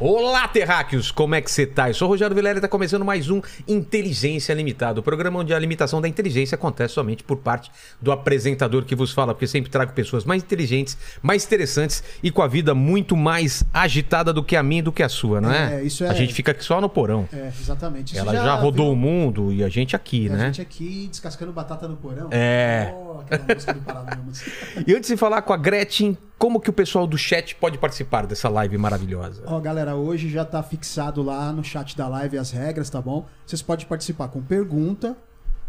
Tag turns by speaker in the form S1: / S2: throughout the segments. S1: Olá, terráqueos! Como é que você tá? Eu sou o Rogério Vilela e tá começando mais um Inteligência Limitada, o programa onde a limitação da inteligência acontece somente por parte do apresentador que vos fala, porque eu sempre trago pessoas mais inteligentes, mais interessantes e com a vida muito mais agitada do que a minha e do que a sua, não é?
S2: É, isso é-
S1: A gente fica aqui só no porão.
S2: É, exatamente. Isso
S1: Ela já,
S2: virou-
S1: rodou o mundo e a gente aqui,
S2: A
S1: né?
S2: gente aqui descascando batata no porão.
S1: É.
S2: Oh, aquela música do Paralamas.
S1: E antes de falar com a Gretchen, como que o pessoal do chat pode participar dessa live maravilhosa?
S2: Ó, galera, hoje já tá fixado lá no chat da live as regras, tá bom? Vocês podem participar com pergunta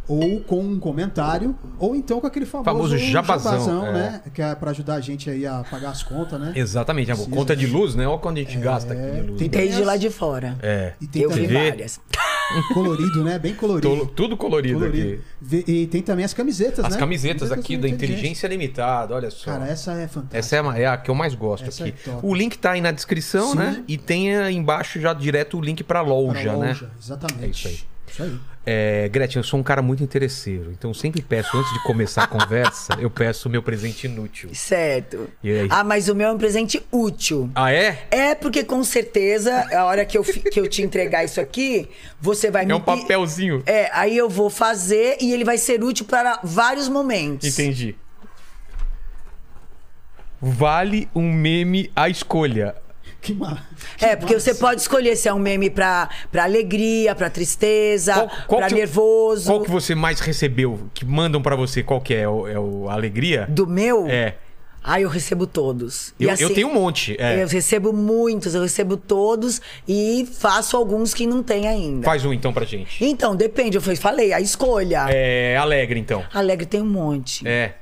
S2: ou com um comentário ou então com aquele famoso,
S1: Famoso jabazão, é.
S2: né? Que é pra ajudar a gente aí a pagar as contas, né?
S1: Exatamente, amor.
S2: Precisa,
S1: Conta de
S2: né?
S1: luz, né? Olha quando a gente gasta aqui de luz.
S2: tem
S1: né?
S2: também
S3: Desde
S2: as-
S3: lá de fora.
S1: É.
S2: E tem
S3: Eu vi
S2: também
S1: Vê.
S3: várias. Tá
S2: colorido, né? Bem colorido.
S1: Tolo- Tudo colorido,
S2: colorido.
S1: aqui.
S2: Vê- E tem também as camisetas,
S1: As
S2: né?
S1: camisetas aqui
S2: do
S1: da Inteligência Limitada, olha só.
S2: Cara, essa é fantástica.
S1: Essa é a, é a que eu mais gosto
S2: Essa
S1: aqui.
S2: é top.
S1: o link tá aí na descrição,
S2: Sim.
S1: né? E tem aí embaixo já direto o link pra
S2: Pra
S1: loja, né?
S2: loja, Exatamente.
S1: É isso aí.
S2: Isso aí.
S1: É, Gretchen, eu sou um cara muito interesseiro, então eu sempre peço, antes de começar a conversa, eu peço o meu presente inútil.
S3: Certo.
S1: E aí?
S3: Ah, mas o meu é um presente útil.
S1: Ah, é?
S3: É porque com certeza, a hora que eu, fi- que eu te entregar isso aqui, você vai me.
S1: É um
S3: pe-
S1: papelzinho.
S3: É, aí eu vou fazer e ele vai ser útil para vários momentos.
S1: Entendi. Vale um meme à escolha.
S2: Que mal.
S3: É, porque você pode escolher se é um meme pra, pra alegria, pra tristeza, Tá, pra
S1: que-
S3: nervoso.
S1: Qual que você mais recebeu? Que mandam pra você? Qual que é? É o, é o Alegria?
S3: Do meu?
S1: É.
S3: Ah, eu recebo todos. E
S1: Eu,
S3: assim,
S1: eu tenho um monte. é.
S3: Eu recebo muitos, eu recebo todos e faço alguns que não tem ainda.
S1: Faz um então pra gente.
S3: Então, depende, eu falei, a escolha.
S1: É alegre então.
S3: Alegre tem um monte.
S1: É.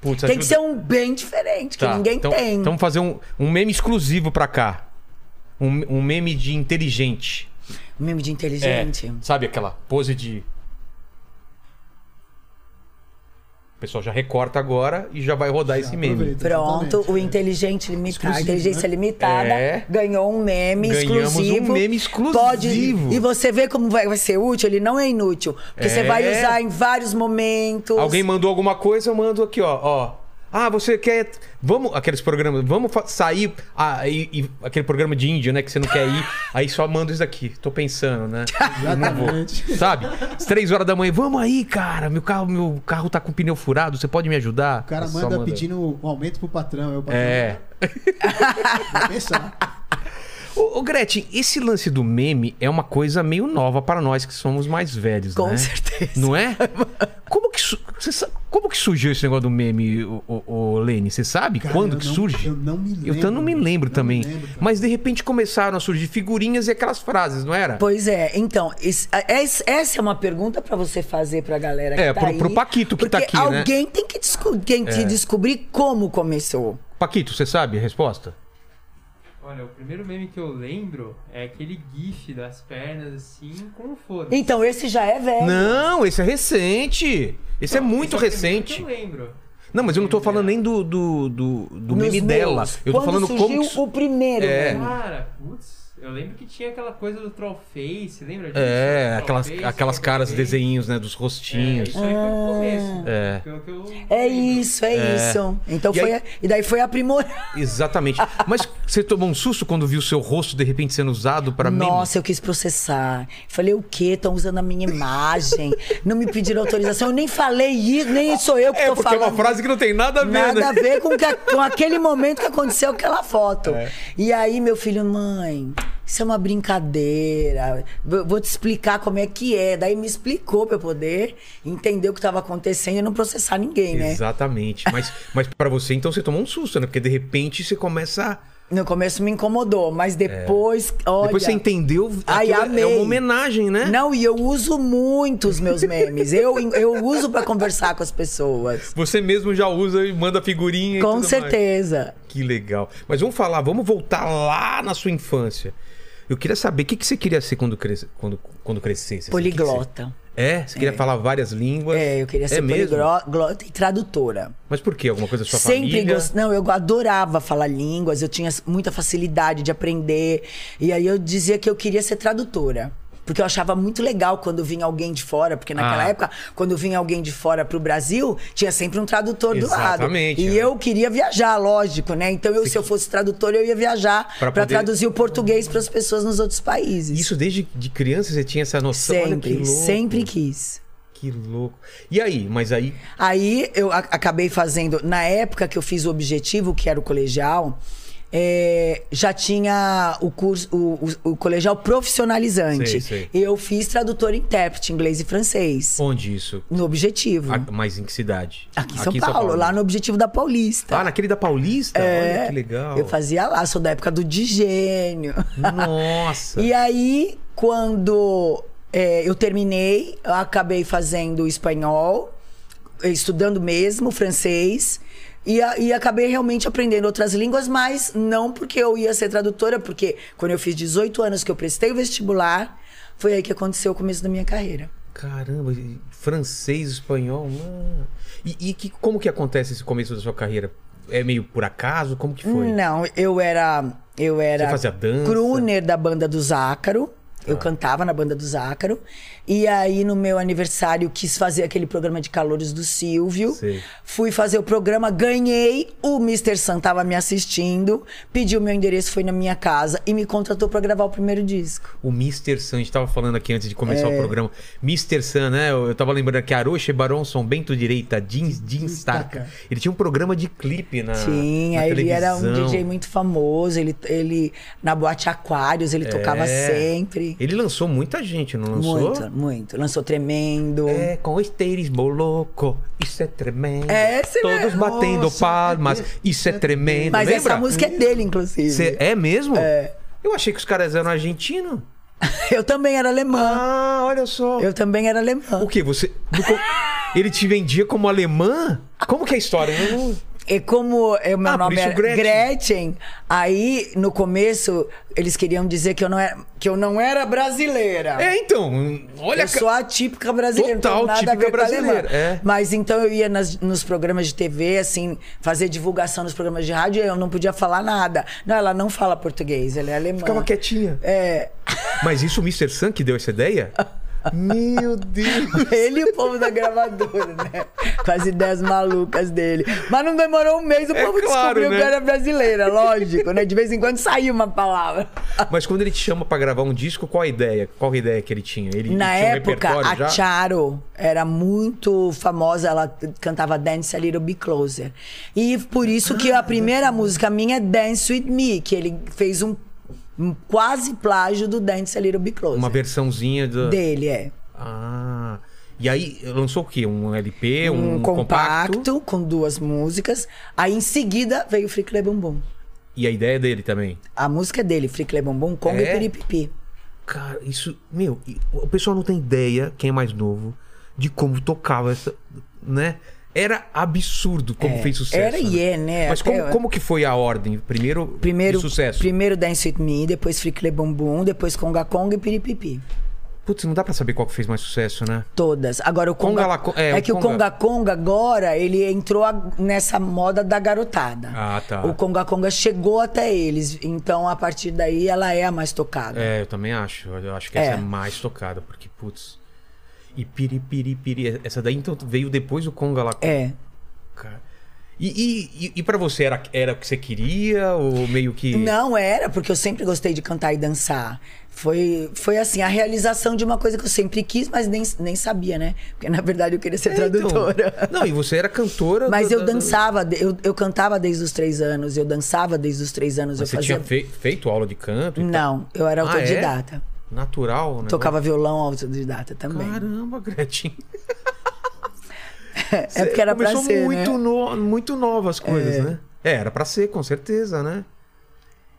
S1: Putz,
S3: tem que
S1: ajuda.
S3: ser um bem diferente, que
S1: Tá,
S3: ninguém
S1: então,
S3: tem.
S1: Então vamos fazer um, um meme exclusivo pra cá. Um, um meme de inteligente.
S3: Meme de
S1: É,
S3: inteligente.
S1: sabe aquela pose de. O pessoal já recorta agora e já vai rodar esse meme.
S2: aproveita.
S3: Pronto,
S2: Exatamente,
S3: o
S2: é.
S3: inteligente limitada,
S2: Exclusivo,
S3: a inteligência
S2: né?
S3: limitada
S1: É.
S3: ganhou um meme
S1: Ganhamos
S3: exclusivo.
S1: um meme exclusivo.
S3: Pode, e você vê como vai, vai ser útil, ele não é inútil, porque você
S1: É.
S3: vai usar em vários momentos.
S1: Alguém mandou alguma coisa, eu mando aqui, ó. ó. Ah, você quer. Vamos. Aqueles programas. Vamos fa- sair. ah, e- e- aquele programa de índio, né? Que você não quer ir. aí só manda isso aqui. Tô pensando, né? Eu não vou.
S2: Exatamente.
S1: Sabe? Às três horas da manhã. Vamos aí, cara. Meu carro, meu carro tá com pneu furado. Você pode me ajudar?
S2: O cara manda, pedindo um aumento pro patrão. É o patrão.
S1: É.
S2: Vai pensar.
S1: Ô, ô, Gretchen, esse lance do meme é uma coisa meio nova para nós que somos mais velhos,
S3: Com
S1: né?
S3: certeza.
S1: Não é? Como que, su- você sa- como que surgiu esse negócio do meme, ô, ô, ô, Lene? Você sabe
S2: Cara,
S1: quando
S2: eu
S1: que
S2: não-
S1: surge?
S2: eu não me
S1: Eu tam- não me
S2: lembro.
S1: lembro
S2: Não
S1: também.
S2: me lembro, cara.
S1: Mas de repente começaram a surgir figurinhas e aquelas frases, não era?
S3: Pois é, então, es- es- essa é uma pergunta pra você fazer pra galera que
S1: É,
S3: tá
S1: pro-
S3: aí,
S1: pro Paquito que tá
S3: porque
S1: aqui, né? É.
S3: alguém tem que, desco- tem que descobrir como começou.
S1: Paquito, você sabe a resposta?
S4: Olha, o primeiro meme que eu lembro é aquele gif das pernas assim com o foda.
S3: Então, esse já é velho.
S1: Não, esse é recente. Esse é muito
S4: Esse o primeiro
S1: recente.
S4: que Eu lembro.
S1: Não, mas eu não tô falando nem do, do, do, do
S3: é. Nos
S1: meme dela.
S3: meus.
S1: Eu tô
S3: Quando
S1: falando
S3: surgiu
S1: como. que su-
S3: o primeiro. né?
S1: É.
S3: meme.
S4: Cara, putz, eu lembro que tinha aquela coisa do troll face, lembra disso?
S1: É,
S4: Troll
S1: aquelas,
S4: face,
S1: aquelas
S4: troll
S1: caras,
S4: face.
S1: desenhinhos, né? Dos
S4: É,
S1: rostinhos.
S4: isso aí foi o começo.
S1: É.
S4: Pelo que eu
S3: É
S4: lembro.
S3: isso, é, isso. Então
S1: E
S3: foi,
S1: aí-
S3: e daí foi aprimorado.
S1: Exatamente. Mas você tomou um susto quando viu seu rosto de repente sendo usado pra meme?
S3: Nossa, eu quis processar. Falei, o quê? Estão usando a minha imagem. não me pediram autorização. Eu nem falei isso, nem sou eu que
S1: É,
S3: tô
S1: porque
S3: falando.
S1: é uma frase que não tem nada a ver,
S3: Nada a
S1: né?
S3: ver com, que- com aquele momento que aconteceu aquela foto.
S1: É.
S3: E aí, meu filho, mãe, isso é uma brincadeira. Vou vou te explicar como é que é. Daí me explicou pra eu poder entender o que estava acontecendo e não processar ninguém, né?
S1: Exatamente. Mas, mas para você, então, você tomou um susto, né? Porque de repente você começa. a-
S3: No começo me incomodou,
S1: É.
S3: mas depois, olha...
S1: Depois você entendeu.
S3: Ai,
S1: aquilo
S3: amei.
S1: É uma homenagem, né?
S3: Não, e eu uso muito os meus memes. eu, eu uso pra conversar com as pessoas.
S1: Você mesmo já usa e manda figurinha. e tudo
S3: Com
S1: mais.
S3: certeza.
S1: Que legal. Mas vamos falar, vamos voltar lá na sua infância. Eu queria saber o que, que você queria ser quando, cres... quando, quando crescesse. assim, o que que você-
S3: Poliglota.
S1: É? Você queria falar várias línguas?
S3: É, eu queria ser
S1: mesmo?
S3: poliglota e tradutora.
S1: Mas por quê? Alguma coisa da sua
S3: Sempre
S1: família?
S3: gostei. Não, eu adorava falar línguas, eu tinha muita facilidade de aprender. E aí eu dizia que eu queria ser tradutora. Porque eu achava muito legal quando vinha alguém de fora, porque naquela
S1: Ah.
S3: época, quando vinha alguém de fora pro Brasil, tinha sempre um tradutor do
S1: Exatamente,
S3: lado. E
S1: é.
S3: eu queria viajar, lógico, né? Então, eu, se eu fosse tradutora, eu ia viajar
S1: Pra
S3: para
S1: poder-
S3: traduzir o português para as pessoas nos outros países.
S1: Isso desde de criança você tinha essa noção? Olha que
S3: sempre,
S1: louco,
S3: sempre quis.
S1: Que louco. E aí? Mas aí...
S3: Aí eu a- acabei fazendo, na época que eu fiz o objetivo, que era o colegial, é, já tinha o curso, o, o- o colegial profissionalizante.
S1: Sei, sei.
S3: Eu fiz tradutor e intérprete, inglês e francês.
S1: Onde isso?
S3: No objetivo.
S1: A- mas em que cidade?
S3: Hum. Aqui em São, Paulo, lá no objetivo da Paulista.
S1: Ah, naquele da Paulista?
S3: É,
S1: Olha que legal. Hum.
S3: Eu fazia lá, sou da época do Digênio.
S1: Nossa.
S3: E aí, quando é, eu terminei, eu acabei fazendo espanhol, estudando mesmo francês. E, a- e acabei realmente aprendendo outras línguas, mas não porque eu ia ser tradutora, porque quando eu fiz 18 anos que eu prestei o vestibular, foi aí que aconteceu o começo da minha carreira.
S1: Caramba, e- francês, espanhol, mano. E, e que, como que acontece esse começo da sua carreira? É meio por acaso? Como que foi?
S3: Não, eu era. Eu era.
S1: Você fazia dança? Tá.
S3: crooner da banda do Zácaro. Eu cantava na banda do Zácaro. E aí, no meu aniversário, quis fazer aquele programa de calores do Silvio.
S1: Sei.
S3: Fui fazer o programa, ganhei. O Mr. Sam tava me assistindo, pediu meu endereço, foi na minha casa e me contratou pra gravar o primeiro disco.
S1: O Mr. Sun, a gente tava falando aqui antes de começar
S3: É.
S1: o programa. Mr. Sun, né? Eu eu tava lembrando aqui, Aroche Baronson, Bento Direita, Jeans, Jeans Taka.
S2: Taka.
S1: Ele tinha um programa de clipe na.
S3: Sim,
S1: Ah, na
S3: aí ele era um
S1: televisão.
S3: DJ muito famoso. Ele, ele na boate Aquários, ele tocava
S1: É.
S3: sempre.
S1: Ele lançou muita gente, não lançou?
S3: Muito, muito. Lançou tremendo.
S1: É, com esteirismo louco, isso é tremendo.
S3: É esse
S1: Todos
S3: mesmo.
S1: batendo
S2: Nossa,
S1: palmas,
S2: é-
S1: isso é tremendo.
S3: Mas
S1: Lembra?
S3: essa música é dele, inclusive.
S1: Cê- é mesmo? É. Eu achei que os caras eram argentinos.
S3: Eu também era alemã.
S1: é- Ah, olha só.
S3: Eu também era alemã.
S1: O que? Você. do co- Ele te vendia como alemã? Como que é a história? Eu não-
S3: E como é, o meu
S1: Ah, por
S3: nome
S1: isso
S3: era
S1: Gretchen.
S3: Gretchen. aí no começo eles queriam dizer que eu não era, que eu não era brasileira.
S1: É, então. Olha.
S3: eu
S1: ca-
S3: sou a típica brasileira.
S1: Total
S3: não tenho nada
S1: típica
S3: a ver com
S1: brasileira,
S3: alemã.
S1: é.
S3: Mas então eu ia nas- nos programas de TV, assim, fazer divulgação nos programas de rádio e eu não podia falar nada. Não, ela não fala português, ela é alemã.
S1: Ficava quietinha.
S3: É,
S1: Mas isso o Mr. Sun que deu essa ideia? Meu Deus.
S3: Ele e o povo da gravadora, né? Com as ideias malucas dele. Mas não demorou um mês, o
S1: É
S3: povo
S1: claro,
S3: descobriu
S1: né?
S3: que eu era brasileira, lógico, né? De vez em quando saiu uma palavra.
S1: Mas quando ele te chama pra gravar um disco, qual a ideia? Qual a ideia que ele tinha? Ele
S3: Na
S1: tinha um
S3: época,
S1: repertório
S3: a
S1: já?
S3: Charo era muito famosa, ela cantava Dance a Little Bit Closer. E por isso
S1: Ah,
S3: que a primeira música minha é Dance With Me, que ele fez um, um quase plágio do Dance a Little Bit Closer.
S1: Uma versãozinha do...
S3: Dele, é.
S1: Ah. E aí lançou o quê? Um LP, um,
S3: Um, compacto, com duas músicas. Aí em seguida veio Free Clay Bum Bum.
S1: E a ideia dele também.
S3: A música é dele, Fricle Bombom, Conga
S1: É?
S3: e Piripipi.
S1: Cara, isso. Meu, e o pessoal não tem ideia, quem é mais novo, de como tocava essa. Né? Era absurdo como fez sucesso.
S3: era e é, né?
S1: Mas
S3: Até-
S1: como, como que foi a ordem? Primeiro,
S3: Primeiro,
S1: de sucesso.
S3: primeiro Dance With Me, depois Fricle Bombom, depois Conga Conga e Piripipi.
S1: Putz, não dá pra saber qual que fez mais sucesso, né?
S3: Todas. Agora o Conga,
S1: Conga La Co- é,
S3: é,
S1: o
S3: que o Conga
S1: Conga-
S3: Conga agora, ele entrou a- nessa moda da garotada.
S1: Ah, tá.
S3: O Conga Conga chegou até eles, então a partir daí ela é a mais tocada.
S1: É, eu também acho. Eu acho que essa é,
S3: É.
S1: a mais tocada, porque, putz. E piri, piri, piri. Essa daí então veio depois do Conga lá.
S3: É.
S1: Cara. E, e, e- e pra você, era, era o que você queria? Ou meio que.
S3: Não era, porque eu sempre gostei de cantar e dançar. Foi, foi assim, a realização de uma coisa que eu sempre quis, mas nem, nem sabia, né? Porque na verdade eu queria ser
S1: É, então.
S3: tradutora.
S1: Não, e você era cantora.
S3: Mas
S1: da-
S3: eu
S1: da- da-
S3: dançava, de- eu, eu cantava desde os três anos, eu dançava desde os três anos,
S1: Mas
S3: eu
S1: você
S3: fazia.
S1: tinha fe- feito aula de canto? e tal?
S3: Não, eu era
S1: Ah, é?
S3: autodidata.
S1: Natural, né?
S3: Tocava violão autodidata também.
S1: Caramba, Gretchen.
S3: é porque era pra
S1: Começou
S3: ser.
S1: muito,
S3: né?
S1: no- muito novas coisas, né? É, era pra ser, com certeza, né?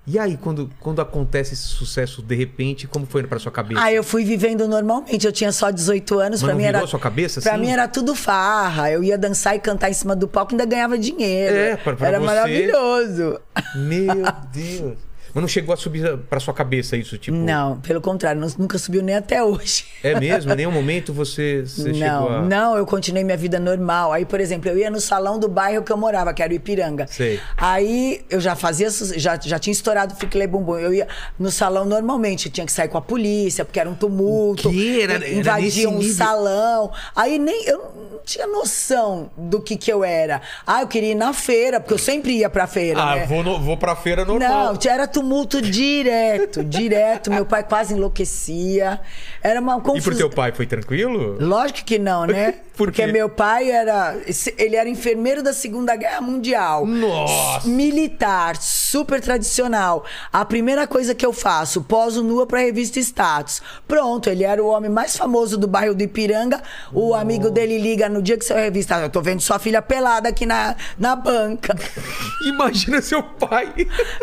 S1: E aí, quando, quando acontece esse sucesso de repente, como foi pra sua cabeça?
S3: Ah, eu fui vivendo normalmente. Eu tinha só 18 anos.
S1: Mas
S3: pra
S1: não
S3: mim
S1: virou
S3: era.
S1: a sua cabeça,
S3: pra
S1: assim?
S3: mim era tudo farra. Eu ia dançar e cantar em cima do palco e ainda ganhava dinheiro.
S1: É, pra- pra
S3: era
S1: você-
S3: maravilhoso.
S1: Meu Deus. Mas não chegou a subir pra sua cabeça isso, tipo.
S3: Não, pelo contrário, não- nunca subiu nem até hoje.
S1: É mesmo? Em nenhum momento você, você chegou
S3: não,
S1: a.
S3: não, eu continuei minha vida normal. Aí, por exemplo, eu ia no salão do bairro que eu morava, que era o Ipiranga.
S1: Sei.
S3: Aí eu já fazia, su- já, já tinha estourado o Fiquelei Bumbum. Eu ia no salão normalmente, tinha que sair com a polícia, porque era um tumulto.
S1: O quê? Era- era nesse
S3: invadiam um
S1: nível?
S3: salão. Aí nem eu não tinha noção do que que eu era. Ah, eu queria ir na feira, porque eu sempre ia pra feira,
S1: Ah,
S3: né?
S1: vou, no, vou pra feira normal.
S3: Não, era tumulto direto, direto. Meu pai quase enlouquecia. Era uma
S1: e pro
S3: confusão.
S1: teu pai foi tranquilo?
S3: Lógico que não, né?
S1: Por quê?
S3: Porque meu pai era. Ele era enfermeiro da Segunda Guerra Mundial.
S1: Nossa!
S3: Militar, super tradicional. A primeira coisa que eu faço, poso nua pra revista Status. Pronto, ele era o homem mais famoso do bairro do Ipiranga. O amigo dele liga no dia que saiu a revista. "Ah, Eu tô vendo sua filha pelada aqui na, na banca.
S1: Imagina seu pai.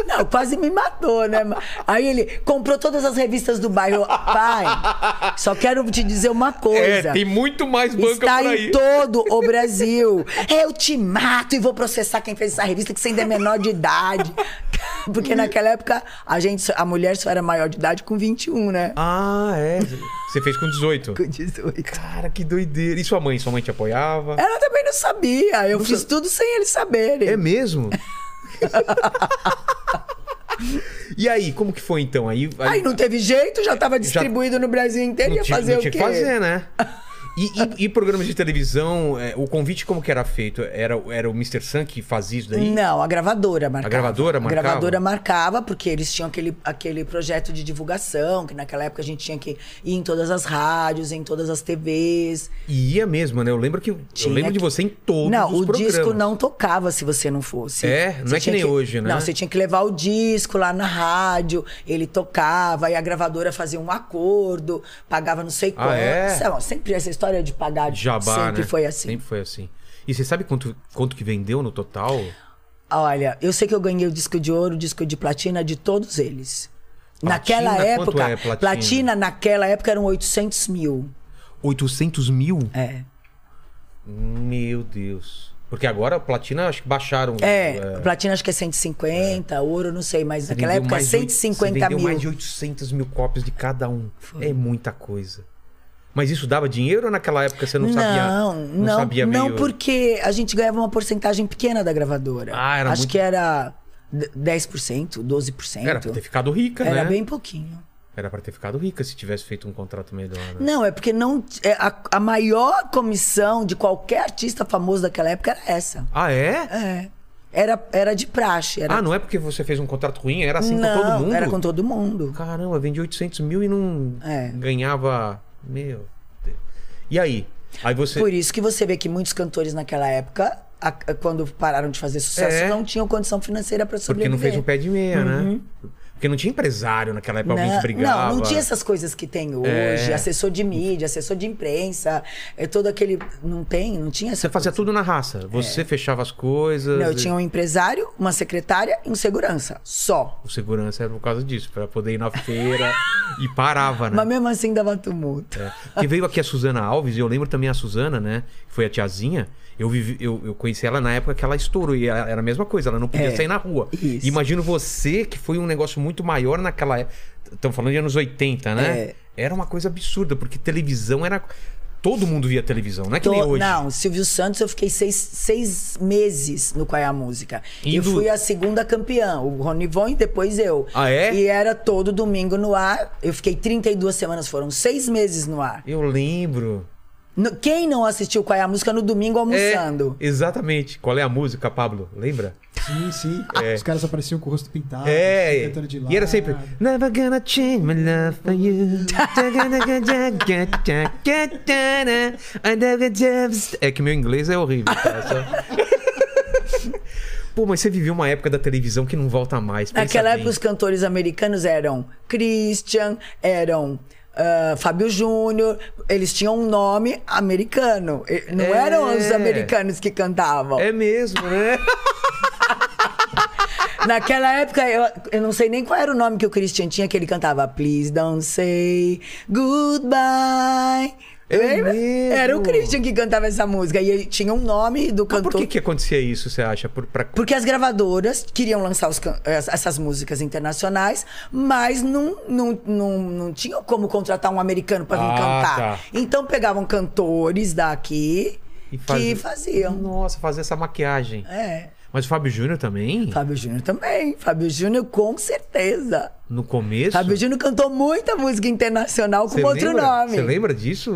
S3: Não, quase me matou, né? Aí ele comprou todas as revistas do bairro. Pai, só quero te dizer uma coisa.
S1: É, tem muito mais banca
S3: Está
S1: por
S3: em
S1: aí.
S3: todo o Brasil. Eu te mato e vou processar quem fez essa revista que você ainda é menor de idade. Porque naquela época a gente, só- a mulher só era maior de idade com 21, né?
S1: Ah, é. Você fez com 18.
S3: Com 18.
S1: Cara, que doideira. E sua mãe? Sua mãe te apoiava?
S3: Ela também não sabia. Eu fiz tudo sem eles saberem.
S1: É mesmo? e aí, como que foi então? Aí,
S3: Aí não teve jeito, já estava distribuído no Brasil inteiro.
S1: não
S3: Ia
S1: tinha,
S3: fazer
S1: não
S3: o
S1: tinha
S3: quê?
S1: que fazer, né? E, e- e programas de televisão, é, o convite como que era feito? Era, era o Mr. Sun que fazia isso daí?
S3: Não, a gravadora marcava.
S1: gravadora marcava?
S3: A gravadora marcava, porque eles tinham aquele, aquele projeto de divulgação, que naquela época a gente tinha que ir em todas as rádios, em todas as TVs.
S1: E ia mesmo, né? Eu lembro que eu
S3: Tinha
S1: lembro de
S3: que-
S1: você em todos
S3: não,
S1: os
S3: o
S1: programas.
S3: disco não tocava se você não fosse.
S1: É? Não
S3: Você
S1: é que
S3: tinha
S1: nem hoje, né?
S3: Não, você tinha que levar o disco lá na rádio, ele tocava, e a gravadora fazia um acordo, pagava não sei quanto.
S1: é?
S3: Sei lá, sempre essa história de pagar
S1: Jabá,
S3: sempre
S1: né?
S3: foi assim.
S1: Sempre foi assim. E você sabe quanto, quanto que vendeu no total?
S3: Olha, eu sei que eu ganhei o disco de ouro, o disco de platina de todos eles.
S1: Platina?
S3: naquela
S1: Quanto
S3: época,
S1: é platina?
S3: naquela época eram 800 mil.
S1: 800 mil?
S3: É.
S1: Meu Deus. Porque agora a platina acho que baixaram.
S3: É, platina acho que é 150, ouro não sei, mas
S1: Você
S3: naquela
S1: vendeu
S3: época
S1: mais de oito- você
S3: 150
S1: vendeu
S3: mil.
S1: mais de 800 mil cópias de cada um. É muita coisa. Mas isso dava dinheiro ou naquela época você não, sabia?
S3: Não, não,
S1: sabia
S3: não
S1: meio...
S3: porque a gente ganhava uma porcentagem pequena da gravadora.
S1: Ah, era
S3: Acho
S1: muito-
S3: que era d- 10%, 12%.
S1: Era pra ter ficado rica,
S3: Era
S1: né?
S3: bem pouquinho.
S1: Era pra ter ficado rica se tivesse feito um contrato melhor, né?
S3: Não, é porque não é, a, a maior comissão de qualquer artista famoso daquela época era essa.
S1: Ah, é?
S3: É. Era, era de praxe. Era...
S1: Ah, não é porque você fez um contrato ruim? Era assim
S3: não,
S1: com todo mundo?
S3: era com todo mundo.
S1: Caramba, vendi 800 mil e não
S3: É.
S1: ganhava... Meu... Deus. E aí? Aí você...
S3: Por isso que você vê que muitos cantores naquela época, a- a- quando pararam de fazer sucesso,
S1: É.
S3: não tinham condição financeira para
S1: Porque
S3: sobreviver.
S1: não fez um pé de meia, né? Porque não tinha empresário naquela época, alguém
S3: Uhum. Não,
S1: que brigava.
S3: Não, não tinha essas coisas que tem hoje.
S1: É.
S3: Assessor de mídia, assessor de imprensa, é todo aquele. Não tem, não tinha essa
S1: Você fazia tudo na raça. Você fechava as coisas.
S3: É. Não, eu
S1: e-
S3: tinha um empresário, uma secretária e um segurança. Só.
S1: O segurança era por causa disso, pra poder ir na feira e parava, né?
S3: Mas mesmo assim dava tumulto.
S1: É. Porque veio aqui a Suzana Alves, e eu lembro também a Suzana, né? Que foi a tiazinha. Eu, vivi, eu, eu conheci ela na época que ela estourou, e ela- era a mesma coisa, ela não podia
S3: É.
S1: sair na rua.
S3: Isso.
S1: Imagino você, que foi um negócio muito maior naquela época. Estamos falando de anos 80, né?
S3: É.
S1: Era uma coisa absurda, porque televisão era. Todo mundo via televisão, não é que nem
S3: Tô-
S1: hoje.
S3: Não, Silvio Santos, eu fiquei seis, seis meses no Qual é a Música. E eu
S1: Indo-
S3: fui a segunda campeã, o Ronivon e depois eu.
S1: Ah, é?
S3: E era todo domingo no ar. Eu fiquei 32 semanas, foram seis meses no ar.
S1: Eu lembro.
S3: No- quem não assistiu Qual é a Música no domingo
S1: É,
S3: almoçando?
S1: exatamente. Qual é a música, Pablo? Lembra?
S2: Sim, sim. Os caras apareciam com o rosto pintado, assim,
S1: É,
S2: cantando de lado.
S1: e era sempre Never gonna change my love for you I never just- É que meu inglês é horrível tá? Só- Pô, mas você viveu uma época da televisão que não volta mais pensa
S3: Naquela
S1: bem.
S3: época, os cantores americanos eram Christian, eram ah, Fábio Júnior, eles tinham um nome americano. E- Não
S1: É.
S3: eram os americanos que cantavam.
S1: É mesmo, né?
S3: Naquela época, eu, eu não sei nem qual era o nome que o Christian tinha, que ele cantava Please Don't Say Goodbye.
S1: É
S3: Lembra?
S1: mesmo?
S3: Era o Christian que cantava essa música. E ele tinha um nome do
S1: Mas
S3: cantor.
S1: por que, que acontecia isso, você acha? Por, pra...
S3: Porque as gravadoras queriam lançar os can- es- essas músicas internacionais, mas não, não, não, não tinham como contratar um americano para vir
S1: Ah,
S3: cantar.
S1: tá.
S3: Então pegavam cantores daqui
S1: E
S3: que faziam.
S1: Nossa, fazer essa maquiagem.
S3: É.
S1: Mas o Fábio Júnior também?
S3: Fábio Júnior também. Fábio Júnior, com certeza.
S1: No começo?
S3: Fábio Júnior cantou muita música internacional com
S1: Você
S3: outro
S1: lembra?
S3: nome.
S1: Você lembra disso?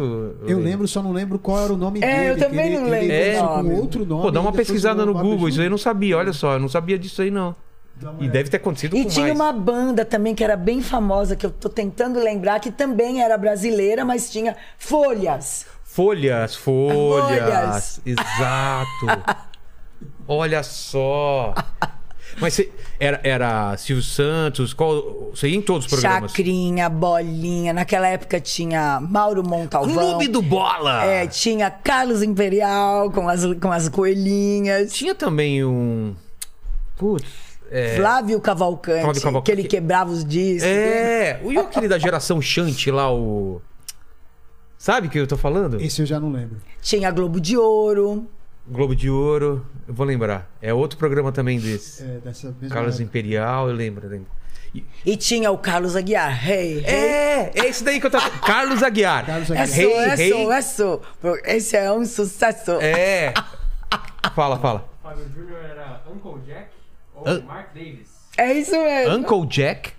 S2: Eu lembro, só não lembro qual era o nome
S3: É,
S2: dele.
S3: eu
S2: que
S3: também
S2: ele-
S3: não
S2: ele
S3: lembro
S1: É,
S2: lançou
S3: o É, nome.
S2: com outro nome.
S1: Pô, dá uma
S2: e depois
S1: pesquisada
S2: virou
S1: no
S2: Fábio
S1: Google. Isso aí eu
S2: Júnior.
S1: não sabia, olha só. Eu não sabia disso aí, não. E deve ter acontecido
S3: E
S1: com
S3: tinha
S1: mais.
S3: uma banda também que era bem famosa, que eu tô tentando lembrar, que também era brasileira, mas tinha folhas.
S1: Folhas, folhas.
S3: Folhas.
S1: Exato. Olha só. Mas você, era, era Silvio Santos, qual, você ia em todos os programas?
S3: Chacrinha, bolinha. Naquela época tinha Mauro Montalvão.
S1: Clube do Bola!
S3: É, tinha Carlos Imperial com as, com as coelhinhas.
S1: Tinha também um. Putz. É,
S3: Flávio, Cavalcante,
S1: Flávio Cavalcante.
S3: que ele quebrava os discos.
S1: é. O e aquele da geração Chante lá, o. Sabe o que eu tô falando?
S2: Esse eu já não lembro.
S3: Tinha Globo de Ouro.
S1: Globo de Ouro, eu vou lembrar. É outro programa também desse.
S2: É, dessa mesma
S1: Carlos
S2: época.
S1: Imperial, eu lembro, eu lembro. E-
S3: E tinha o Carlos Aguiar. Hey, hey.
S1: É, é esse daí que eu tava. Carlos Aguiar.
S2: Carlos
S3: É
S2: Aguiar.
S3: só,
S1: Hey,
S3: é
S1: hey.
S3: só, é só. Esse é um sucesso.
S1: É. Fala, fala.
S4: Fábio Júnior era Uncle Jack ou
S1: An-
S4: Mark Davis?
S3: É isso mesmo.
S1: Uncle Jack,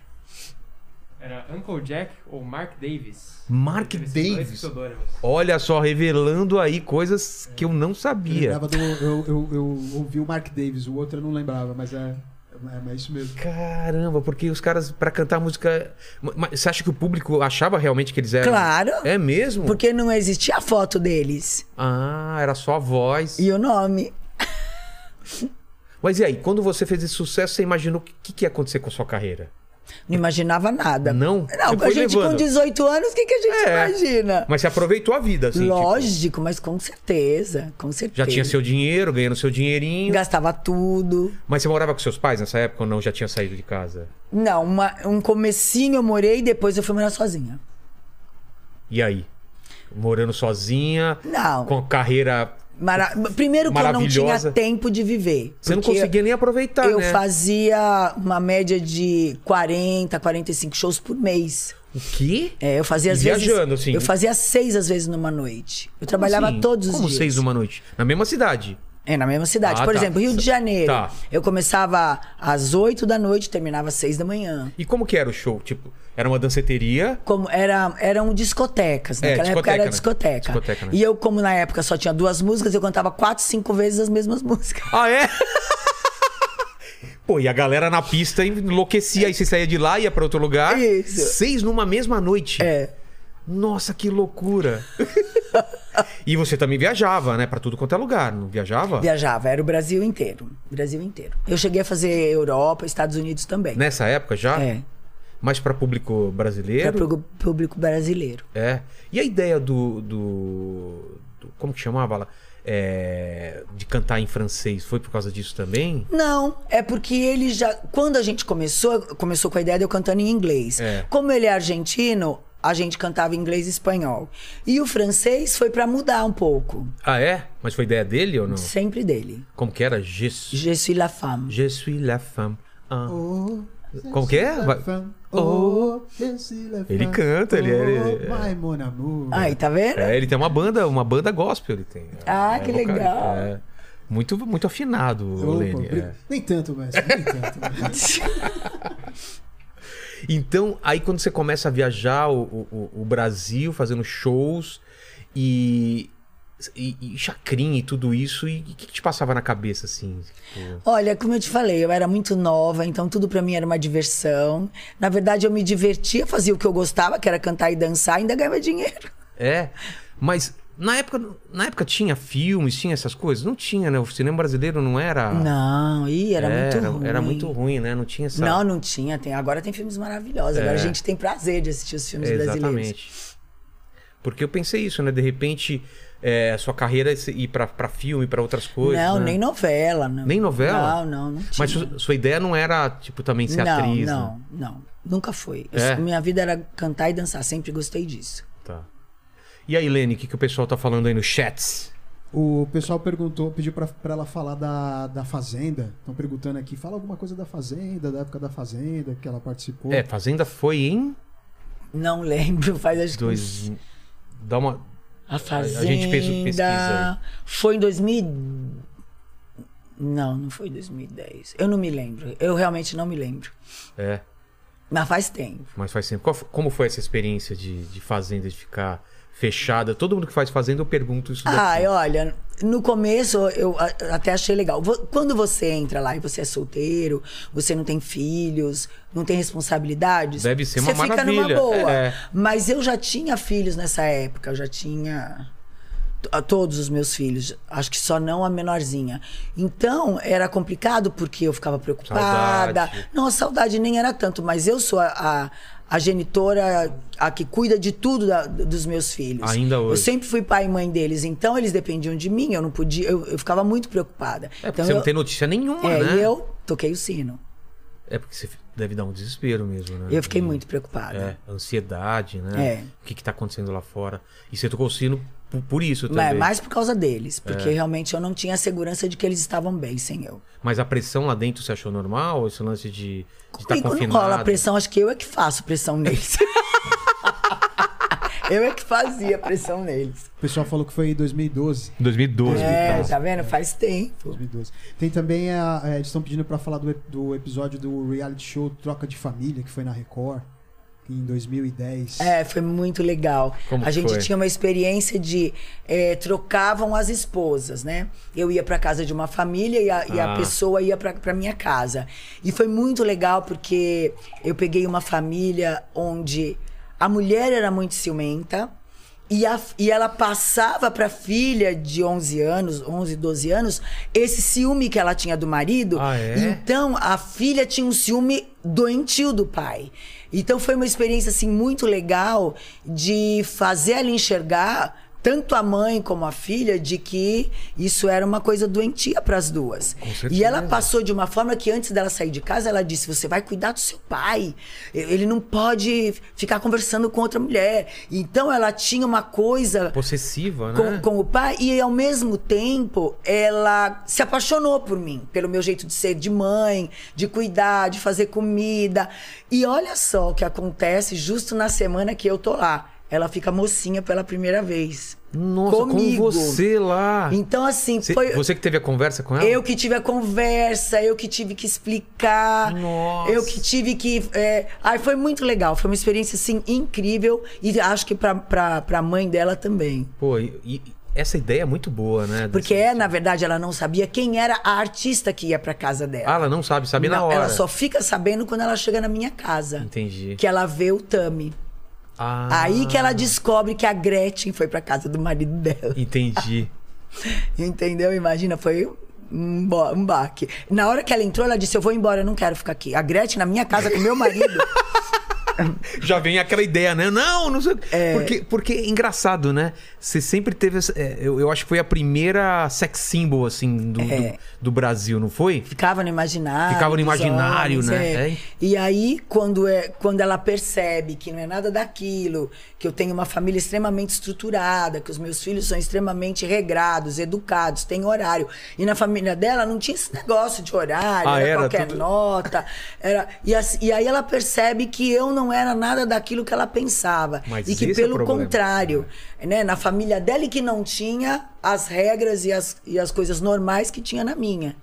S4: Era Uncle Jack ou Mark Davis?
S1: Mark
S4: Teve esses dois
S1: Davis.
S4: pseudônimos.
S1: Olha só, revelando aí coisas que eu não
S2: Eu,
S1: sabia.
S2: lembrava do, eu, eu, eu ouvi o Mark Davis, o outro eu não lembrava, mas é, é, é isso mesmo.
S1: Caramba, porque os caras, pra cantar música. Ma- ma- Você acha que o público achava realmente que eles eram?
S3: Claro.
S1: É mesmo?
S3: Porque não existia a foto deles
S1: Ah, era só a voz.
S3: e o nome.
S1: Mas e aí, quando você fez esse sucesso, você imaginou o que, que ia acontecer com a sua carreira?
S3: Não imaginava nada.
S1: Não?
S3: Não,
S1: Você
S3: a
S1: foi
S3: gente
S1: levando.
S3: com 18 anos, o que, que a gente
S1: É.
S3: imagina?
S1: Mas você aproveitou a vida, assim. tipo,
S3: Lógico, mas com certeza, com certeza.
S1: já tinha seu dinheiro, ganhando seu dinheirinho.
S3: Gastava tudo.
S1: Mas você morava com seus pais nessa época ou não? Já tinha saído de casa?
S3: Não, uma- um comecinho eu morei e depois eu fui morar sozinha.
S1: E aí? Morando sozinha?
S3: Não.
S1: Com a carreira.
S3: Mara- Primeiro que eu não tinha
S1: Maravilhosa.
S3: tempo de viver.
S1: Você não
S3: porque
S1: conseguia nem aproveitar,
S3: Eu
S1: né?
S3: fazia uma média de 40, 45 shows por mês.
S1: O quê?
S3: É, eu fazia às vezes.
S1: Viajando, assim.
S3: Eu fazia seis às vezes numa noite. Eu trabalhava
S1: Assim,
S3: todos os
S1: Como
S3: dias.
S1: seis numa noite? Na mesma cidade.
S3: É, na mesma cidade.
S1: Ah,
S3: Por
S1: tá.
S3: exemplo, Rio de Janeiro.
S1: Tá.
S3: Eu começava às 8 da noite, terminava às 6 da manhã.
S1: E como que era o show? Tipo, era uma danceteria?
S3: Como era, eram discotecas. né?
S1: É,
S3: Naquela época era
S1: discoteca, né?
S3: discoteca.
S1: Discoteca, né?
S3: E eu, como na época só tinha duas músicas, eu cantava quatro, cinco vezes as mesmas músicas.
S1: Ah, é? Pô, e a galera na pista enlouquecia. Aí você saía de lá, ia pra outro lugar.
S3: Isso.
S1: Seis numa mesma noite.
S3: É.
S1: Nossa, que loucura. e você também viajava, né? Pra tudo quanto é lugar, não viajava?
S3: Viajava, era o Brasil inteiro. Brasil inteiro. Eu cheguei a fazer Europa, Estados Unidos também.
S1: Nessa época já?
S3: É.
S1: Mas pra público
S3: Para
S1: brasileiro?
S3: o público brasileiro.
S1: É. E a ideia do. do, do- como que chamava lá? É, de cantar em francês, foi por causa disso também?
S3: Não, é porque ele já. Quando a gente começou, começou com a ideia de eu cantando em inglês.
S1: É.
S3: Como ele é argentino, a gente cantava em inglês e espanhol. E o francês foi pra mudar um pouco.
S1: Ah, é? Mas foi ideia dele ou não?
S3: Sempre dele.
S1: Como que era? Je, suis-
S3: Je suis la femme.
S1: je suis la femme. Ah.
S2: Oh,
S1: Como que é? Vai-
S2: Oh, esse elefante.
S1: Ele canta, ele- é- ele-
S2: Oh, my mon amour.
S3: Aí, tá vendo?
S1: É, ele tem uma banda, uma banda gospel, ele tem.
S3: Ah,
S1: É
S3: que
S1: vocalista,
S3: legal.
S1: é. Muito, muito afinado, o
S2: Opa,
S1: Lene.
S2: bri-
S1: é.
S2: Nem tanto, mas nem tanto. né?
S1: Então, aí quando você começa a viajar o, o- o- o Brasil, fazendo shows e, e, e chacrinha e tudo isso, e o que, que te passava na cabeça, assim? Tipo,
S3: Olha, como eu te falei, eu era muito nova, então tudo pra mim era uma diversão. Na verdade, eu me divertia, fazia o que eu gostava, que era cantar e dançar, ainda ganhava dinheiro.
S1: é, mas na época, na época tinha filmes, tinha essas coisas? Não tinha, né? O cinema brasileiro não era...
S3: Não, ih, era
S1: Ah. É,
S3: muito ruim.
S1: Era muito ruim, né? Não tinha essa...
S3: Não, não tinha. Tem, agora tem filmes maravilhosos. Agora a gente tem prazer de assistir os filmes
S1: É,
S3: brasileiros.
S1: Porque eu pensei isso, né? De repente, é, a sua carreira ir pra, pra filme, pra outras coisas.
S3: não,
S1: né?
S3: nem novela. Não.
S1: Nem
S3: Não,
S1: novela?
S3: não, não tinha.
S1: Mas su- sua ideia não era, tipo, também ser
S3: não,
S1: atriz. né?
S3: não, não. Nunca foi. Eu-
S1: É?
S3: minha vida era cantar e dançar. Sempre gostei disso.
S1: Tá. E aí, Lene, o que, que o pessoal tá falando aí no chats?
S2: O pessoal perguntou, pediu pra, pra ela falar da, da Fazenda. Estão perguntando aqui, fala alguma coisa da Fazenda, da época da Fazenda, que ela participou.
S1: É, Fazenda foi em.
S3: Não lembro, faz acho que.
S1: Dois... Dá uma.
S3: A Fazenda.
S1: A gente fez uma pesquisa
S3: Foi em 2000. Não, não foi em 2010. Eu não me lembro. Eu realmente não me lembro.
S1: É,
S3: Mas faz tempo.
S1: mas faz tempo. Qual f- como foi essa experiência de, de Fazenda, de ficar fechada? Todo mundo que faz Fazenda, eu pergunto isso daqui.
S3: Ai, olha, no começo eu a- até achei legal. Vo- Quando você entra lá e você é solteiro, você não tem filhos, não tem responsabilidades.
S1: Deve ser uma
S3: você fica
S1: maravilha,
S3: numa boa.
S1: é.
S3: Mas eu já tinha filhos nessa época, eu já tinha t- a todos os meus filhos, acho que só não a menorzinha. Então era complicado porque eu ficava preocupada.
S1: Saudade.
S3: Não, a saudade nem era tanto, mas eu sou a, a, a genitora, a que cuida de tudo da- dos meus filhos.
S1: Ainda hoje.
S3: Eu sempre fui pai e mãe deles, então eles dependiam de mim, eu não podia, eu, eu ficava muito preocupada.
S1: É, porque
S3: então
S1: você
S3: eu,
S1: não tem notícia nenhuma,
S3: é,
S1: né?
S3: e eu toquei o sino.
S1: É porque você deve dar um desespero mesmo, né?
S3: Eu fiquei
S1: E-
S3: muito preocupada.
S1: É, ansiedade, né?
S3: É.
S1: O que, que tá acontecendo lá fora? E você tocou o sino por, por isso também. É.
S3: Mas
S1: Mas,
S3: mais por causa deles, porque realmente eu não tinha a segurança de que eles estavam bem sem eu.
S1: a pressão lá dentro você achou normal? Esse lance de estar tá
S3: Comigo
S1: confinado?
S3: não rola pressão, acho que eu é que faço pressão neles. eu é que fazia pressão neles.
S2: O pessoal falou que foi em 2012.
S1: 2012.
S3: É,
S1: então.
S3: tá vendo? Faz tempo.
S2: 2012. Tem também a. é, eles estão pedindo pra falar do, ep- do episódio do reality show Troca de Família, que foi na Record, em 2010.
S3: É, foi muito legal.
S1: Como
S3: a
S1: que
S3: gente
S1: foi?
S3: tinha uma experiência de eh, trocavam as esposas, né? Eu ia pra casa de uma família e a, e a
S1: Ah.
S3: pessoa ia pra pra minha casa. E foi muito legal porque eu peguei uma família onde a mulher era muito ciumenta. E, a- e ela passava pra filha de 11 anos, 11, 12 anos, esse ciúme que ela tinha do marido.
S1: Ah, é?
S3: E então, a filha tinha um ciúme doentio do pai. Então, foi uma experiência, assim, muito legal de fazer ela enxergar, tanto a mãe como a filha, de que isso era uma coisa doentia para as duas.
S1: certeza.
S3: E ela passou de uma forma que, antes dela sair de casa, ela disse: Você vai cuidar do seu pai. Ele não pode ficar conversando com outra mulher. Então, ela tinha uma coisa
S1: Possessiva, né?
S3: com, com o pai e ao mesmo tempo ela se apaixonou por mim, pelo meu jeito de ser de mãe, de cuidar, de fazer comida. E olha só o que acontece justo na semana que eu tô lá. Ela fica mocinha pela primeira vez.
S1: Nossa,
S3: comigo.
S1: com você lá.
S3: Então assim,
S1: Você,
S3: foi
S1: você é que teve a conversa com ela?
S3: eu que tive a conversa, eu que tive que explicar,
S1: Nossa.
S3: eu que tive que. é, Ai, foi muito legal, foi uma experiência assim incrível e acho que pra, pra, pra mãe dela também.
S1: Pô, e, e essa ideia é muito boa, né?
S3: Porque,
S1: Desse-
S3: é, na verdade, ela não sabia quem era a artista que ia pra casa
S1: Ah,
S3: dela.
S1: ela não sabe, sabe na
S3: Não,
S1: hora.
S3: Ela só fica sabendo quando ela chega na minha casa.
S1: Entendi.
S3: Que ela vê o Tami.
S1: Ah,
S3: Aí que ela descobre que a Gretchen foi pra casa do marido dela.
S1: Entendi.
S3: Entendeu? Imagina, foi um, bo- um baque. Na hora que ela entrou, ela disse: Eu vou embora, eu não quero ficar aqui. A Gretchen na minha casa com meu marido.
S1: já vem aquela ideia, né? Não, não sei. o quê. Porque, porque é engraçado, né? Você sempre teve. essa- é, eu, eu acho que foi a primeira sex symbol, assim, do,
S3: É.
S1: do, do Brasil, não foi?
S3: Ficava no imaginário.
S1: Ficava no
S3: dos
S1: imaginário,
S3: homens,
S1: né?
S3: é.
S1: É.
S3: E aí, quando, é, quando ela percebe que não é nada daquilo, que eu tenho uma família extremamente estruturada, que os meus filhos são extremamente regrados, educados, têm horário. E na família dela não tinha esse negócio de horário,
S1: Ah,
S3: era,
S1: era
S3: qualquer
S1: tudo-
S3: nota. Era, e, as- e aí ela percebe que eu não era nada daquilo que ela pensava.
S1: Mas
S3: e que,
S1: esse é o
S3: pelo
S1: problema.
S3: contrário, né, na família dela e que não tinha as regras e as, e as coisas normais que tinha na minha.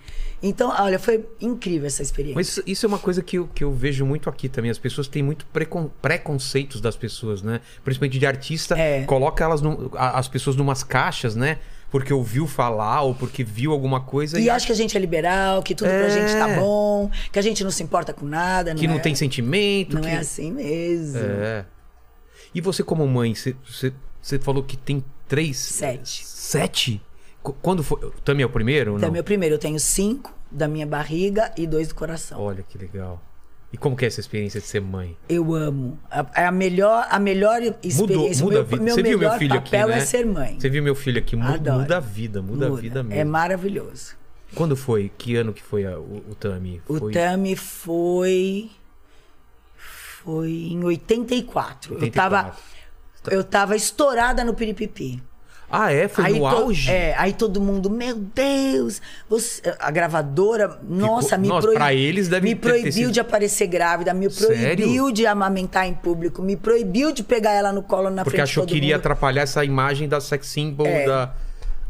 S3: Então, olha, foi incrível essa experiência.
S1: Mas isso, isso é uma coisa que eu, que eu vejo muito aqui também. As pessoas têm muito precon- preconceitos das pessoas, né? Principalmente de artista.
S3: É.
S1: Coloca elas num- a- as pessoas numas caixas, né? Porque ouviu falar ou porque viu alguma coisa
S3: E acha que a gente é liberal, que tudo pra
S1: É.
S3: gente tá bom, que a gente não se importa com nada. Não
S1: que não
S3: é,
S1: tem sentimento.
S3: Não
S1: que...
S3: é assim mesmo.
S1: É. E você, como mãe, você, você, você falou que tem três.
S3: Sete.
S1: Sete? Qu- Quando foi. Também é o primeiro? ou
S3: Então,
S1: não?
S3: meu primeiro, eu tenho cinco da minha barriga e dois do coração.
S1: Olha que legal. E como que é essa experiência de ser mãe?
S3: Eu amo. A- É a, melhor, a melhor experiência.
S1: Mudou, muda
S3: meu,
S1: a vida.
S3: meu
S1: você viu
S3: melhor
S1: meu filho aqui,
S3: papel
S1: né?
S3: é ser mãe.
S1: Você viu meu filho aqui? Mu- Muda,
S3: Adoro.
S1: a vida, muda, a vida mesmo.
S3: É maravilhoso.
S1: Quando foi? Que ano que foi a- o, o Tami?
S3: O
S1: Foi-
S3: Tami foi. Foi em 84. Eu
S1: 84.
S3: tava. Eu tava estourada no Piripipi.
S1: Ah, é? Tá. Foi
S3: aí
S1: no
S3: to-
S1: auge?
S3: é, aí todo mundo, meu Deus, você- a gravadora, nossa, me,
S1: nossa,
S3: proib-
S1: pra eles deve
S3: me
S1: ter- ter
S3: proibiu
S1: sido-
S3: de aparecer grávida, me proibiu
S1: Sério?
S3: de amamentar em público, me proibiu de pegar ela no colo na
S1: Porque
S3: frente
S1: achou
S3: de
S1: que
S3: todo
S1: iria
S3: mundo. É.
S1: atrapalhar essa imagem da sex symbol da.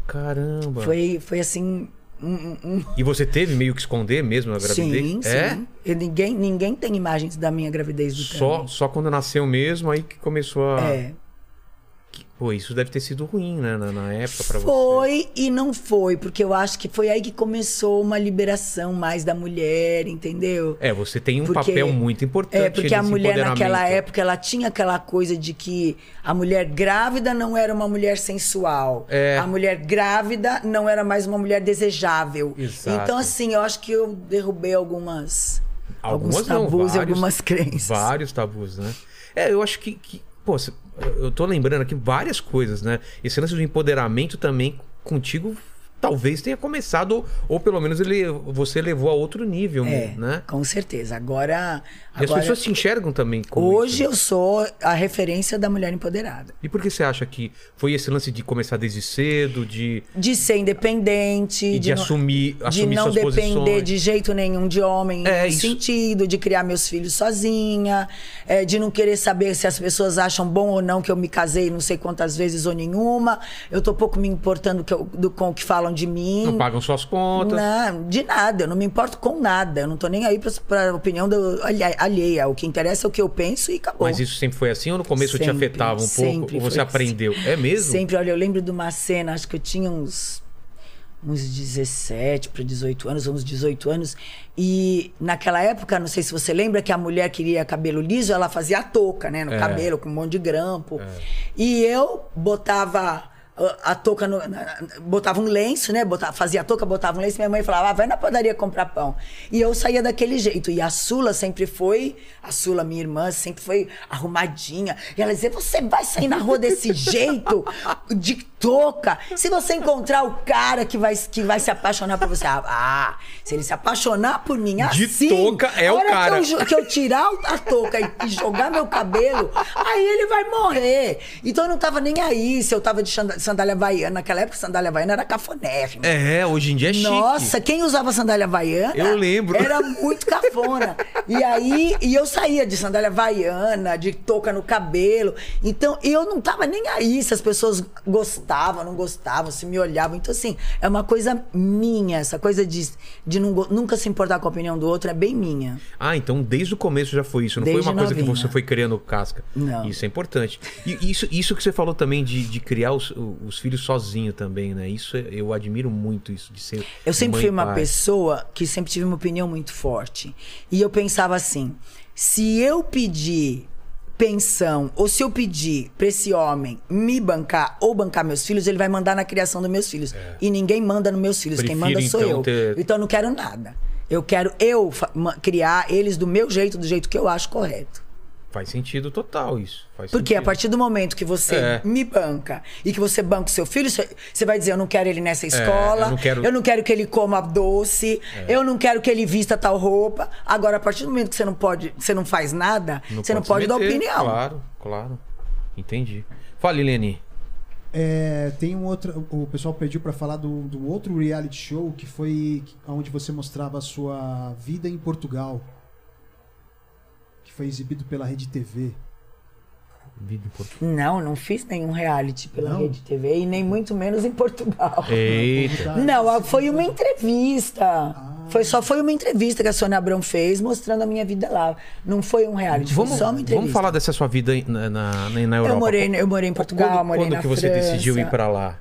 S1: Caramba.
S3: Foi, foi assim, um- um- um
S1: E você teve meio que esconder mesmo a gravidez?
S3: Sim,
S1: é?
S3: sim. E ninguém, ninguém tem imagens da minha gravidez do
S1: Só, só quando nasceu mesmo, aí que começou a.
S3: É.
S1: Pô, isso deve ter sido ruim, né? Na, na época pra você.
S3: Foi e não foi, porque eu acho que foi aí que começou uma liberação mais da mulher, entendeu?
S1: É, você tem um
S3: Porque-
S1: papel muito importante.
S3: É, porque a
S1: nesse
S3: mulher naquela
S1: empoderamento.
S3: época, ela tinha aquela coisa de que a mulher grávida não era uma mulher sensual.
S1: É.
S3: A mulher grávida não era mais uma mulher desejável.
S1: Exato.
S3: Então, assim, eu acho que eu derrubei algumas...
S1: Algumas
S3: Alguns
S1: não,
S3: tabus e
S1: vários-
S3: algumas crenças.
S1: Vários tabus, né? É, eu acho que. que pô, cê- eu tô lembrando aqui várias coisas, né? Esse lance do empoderamento também contigo talvez tenha começado, ou, ou pelo menos ele, você levou a outro nível,
S3: É,
S1: né?
S3: com certeza. Agora,
S1: E as
S3: agora-
S1: pessoas se enxergam também como
S3: Hoje
S1: isso, né?
S3: eu sou a referência da mulher empoderada.
S1: E por que você acha que foi esse lance de começar desde cedo, de,
S3: De ser independente,
S1: e de,
S3: não,
S1: assumir,
S3: de
S1: assumir
S3: não
S1: suas
S3: depender
S1: posições?
S3: de jeito nenhum de homem
S1: É,
S3: é,
S1: isso.
S3: sentido, de criar meus filhos sozinha, é, de não querer saber se as pessoas acham bom ou não que eu me casei não sei quantas vezes ou nenhuma. Eu tô pouco me importando que eu- do, com o que falam de mim.
S1: Não pagam suas contas.
S3: Não, de nada, eu não me importo com nada. Eu não tô nem aí pra, pra opinião do, alhe- alheia. O que interessa é o que eu penso e acabou.
S1: Mas isso sempre foi assim ou no começo te
S3: Sempre,
S1: afetava um pouco?
S3: sempre
S1: Ou você
S3: foi assim.
S1: aprendeu? É mesmo?
S3: Sempre, olha, eu lembro de uma cena, acho que eu tinha uns uns 17 para 18 anos, uns 18 anos, e naquela época, não sei se você lembra que a mulher queria cabelo liso, ela fazia a touca, né, no
S1: É.
S3: cabelo com um monte de grampo. E eu botava ah, a touca no, na- na- botava um lenço, né? Botava, fazia a touca, botava um lenço, minha mãe falava, ah, vai na padaria comprar pão. E eu saía daquele jeito. E a Sula sempre foi, a Sula, minha irmã, sempre foi arrumadinha. E ela dizia, você vai sair na rua desse jeito, de touca. Se você encontrar o cara que vai, que vai se apaixonar por você, ah, ah, se ele se apaixonar por mim,
S1: De
S3: assim,
S1: touca é
S3: a
S1: o
S3: hora Que
S1: cara."
S3: eu, ju- que eu tirar a touca e, e jogar meu cabelo, aí ele vai morrer. Então eu não tava nem aí se eu tava de chanda- sandália havaiana. Naquela época, sandália havaiana era cafonérrima.
S1: É, hoje em dia é chique.
S3: Nossa, quem usava sandália havaiana?
S1: Eu lembro.
S3: Era muito cafona. e aí, e eu saía de sandália havaiana, de touca no cabelo. Então, eu não tava nem aí se as pessoas gostavam, não gostavam, se me olhavam. Então, assim, é uma coisa minha, essa coisa de, de não go- nunca se importar com a opinião do outro é bem minha.
S1: Ah, então desde o começo já foi isso. Não
S3: Desde
S1: foi uma coisa
S3: novinha.
S1: que você foi criando casca.
S3: Não.
S1: Isso é importante. E isso, isso que você falou também de, de criar os, os filhos sozinho também, né? Isso é- eu admiro muito isso de ser.
S3: Eu sempre
S1: mãe
S3: fui
S1: e
S3: uma
S1: pai.
S3: pessoa que sempre tive uma opinião muito forte. E eu pensava assim: se eu pedir pensão, ou se eu pedir pra esse homem me bancar ou bancar meus filhos, ele vai mandar na criação dos meus filhos. E ninguém manda nos meus filhos, quem
S1: É. Prefiro,
S3: manda sou
S1: então,
S3: eu.
S1: ter-
S3: Então eu não quero nada. Eu quero eu fa- ma- criar eles do meu jeito, do jeito que eu acho correto.
S1: Faz sentido total isso. Faz
S3: Porque a
S1: sentido.
S3: partir do momento que você
S1: É.
S3: me banca e que você banca o seu filho, você você vai dizer: eu não quero ele nessa escola,
S1: É, eu não quero- É.
S3: que ele coma doce, eu não quero que ele vista tal roupa. Agora, a partir do momento que você não pode, que você não faz nada, você não
S1: se
S3: pode dar
S1: meter,
S3: opinião.
S1: Claro, claro. Entendi. Fale, Leni.
S2: É, tem um outro. O pessoal pediu pra falar do, do outro reality show que foi onde você mostrava a sua vida em Portugal. Que foi exibido pela Rede TV.
S1: Vida em Portugal.
S3: Não, não fiz nenhum reality pela
S2: Não?
S3: Rede TV e nem muito menos em Portugal.
S1: É. Eita.
S2: tá?
S3: Não,
S2: Ah,
S3: a- foi uma entrevista. Foi só foi uma entrevista que a Sônia Abrão fez mostrando a minha vida lá. Não foi um reality,
S1: Vamos,
S3: foi só uma entrevista.
S1: vamos falar dessa sua vida na, na, na- na Europa.
S3: Eu morei, eu morei em Portugal,
S1: quando,
S3: morei
S1: quando
S3: na
S1: que você
S3: França.
S1: decidiu ir pra lá?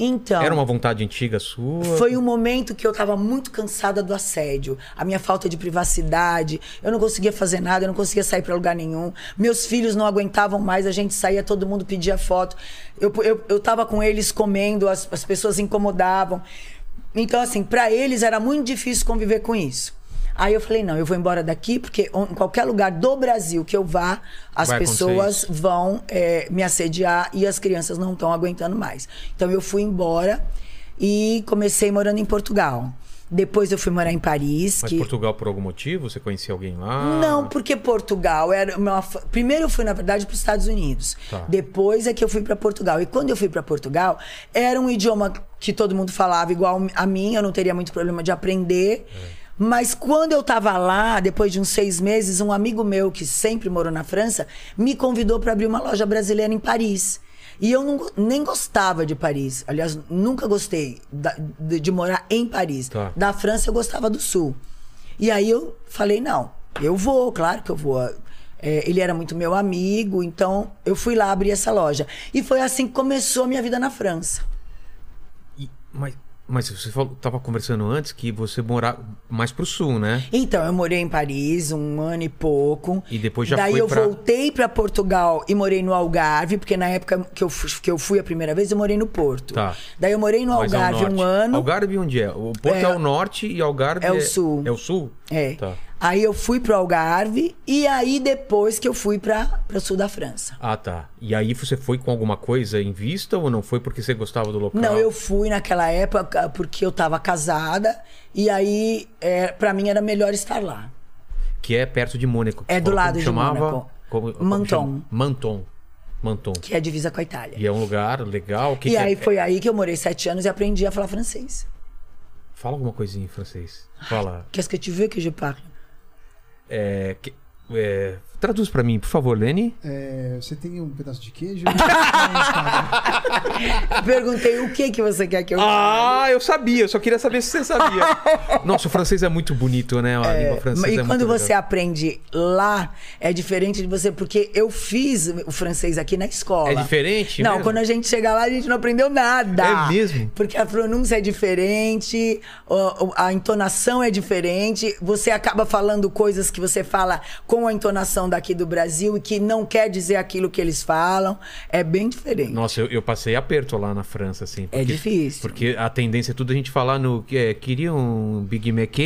S3: Então,
S1: Era uma vontade antiga sua?
S3: foi um momento que eu tava muito cansada do assédio, a minha falta de privacidade, eu não conseguia fazer nada, eu não conseguia sair pra lugar nenhum. Meus filhos não aguentavam mais, a gente saía, todo mundo pedia foto. Eu, eu, eu tava com eles comendo, as, as pessoas incomodavam. Então, assim, pra eles era muito difícil conviver com isso. Aí eu falei, não, eu vou embora daqui, porque on- em qualquer lugar do Brasil que eu vá, as
S1: Vai acontecer
S3: pessoas
S1: isso.
S3: vão é, me assediar e as crianças não estão aguentando mais. Então eu fui embora e comecei morando em Portugal. Depois eu fui morar em Paris.
S1: Mas
S3: que...
S1: Portugal por algum motivo? Você conhecia alguém lá?
S3: Não, porque Portugal era uma... primeiro eu fui na verdade para os Estados Unidos.
S1: Tá.
S3: Depois é que eu fui para Portugal. E quando eu fui para Portugal, era um idioma que todo mundo falava igual a mim, eu não teria muito problema de aprender. Mas quando eu estava lá, depois de uns seis meses, um amigo meu que sempre morou na França me convidou para abrir uma loja brasileira em Paris. E eu não go- nem gostava de Paris. Aliás, nunca gostei da- de, de morar em Paris.
S1: Tá.
S3: Da França eu gostava do Sul. E aí eu falei, não, eu vou, claro que eu vou. É, ele era muito meu amigo, então eu fui lá abrir essa loja. E foi assim que começou a minha vida na França.
S1: E- mas, mas você falou, tava conversando antes que você morava mais pro sul, né?
S3: Então, eu morei em Paris um ano e pouco.
S1: E depois já
S3: Daí
S1: foi
S3: eu
S1: pra-
S3: voltei para Portugal e morei no Algarve, porque na época que eu, fu- que eu fui a primeira vez, eu morei no Porto.
S1: Tá.
S3: Daí eu morei no
S1: Mais ao
S3: Algarve um
S1: norte.
S3: ano.
S1: Algarve onde é? O Porto é,
S3: É-
S1: o norte e Algarve
S3: é o sul.
S1: É o sul?
S3: É.
S1: Tá.
S3: Aí eu fui pro Algarve e aí depois que eu fui para o sul da França.
S1: Ah, tá. E aí você foi com alguma coisa em vista ou não foi porque você gostava do local?
S3: Não, eu fui naquela época porque eu tava casada e aí é, para mim era melhor estar lá.
S1: Que é perto de Mônaco.
S3: É do
S1: Como
S3: lado de
S1: chamava?
S3: Mônaco.
S1: Como, como
S3: Menton.
S1: chama? Manton. Manton.
S3: Que é a divisa com a Itália.
S1: E é um lugar legal. Que
S3: e
S1: que é-
S3: aí foi aí que eu morei sete anos e aprendi a falar francês.
S1: Fala alguma coisinha em francês. Fala.
S3: Qu'est-ce que tu veux que je parle?
S1: É, que- é, traduz pra mim, por favor, Lene.
S2: É, você tem um pedaço de queijo?
S3: Perguntei o que que você quer que eu
S1: Ah, eu sabia. Eu só queria saber se você sabia. Nossa, o francês é muito bonito, né? A língua francesa
S3: E
S1: é
S3: quando
S1: muito
S3: você
S1: legal.
S3: aprende lá, é diferente de você, porque eu fiz o francês aqui na escola.
S1: É diferente
S3: Não,
S1: mesmo?
S3: quando a gente chega lá, a gente não aprendeu nada.
S1: É mesmo?
S3: Porque a pronúncia é diferente, o- o- a entonação é diferente, você acaba falando coisas que você fala com a entonação daqui do Brasil e que não quer dizer aquilo que eles falam. É bem diferente.
S1: Nossa, eu, eu passei aperto lá na França, assim.
S3: É difícil.
S1: Porque a tendência é tudo a gente falar no. É, queria um Big Mac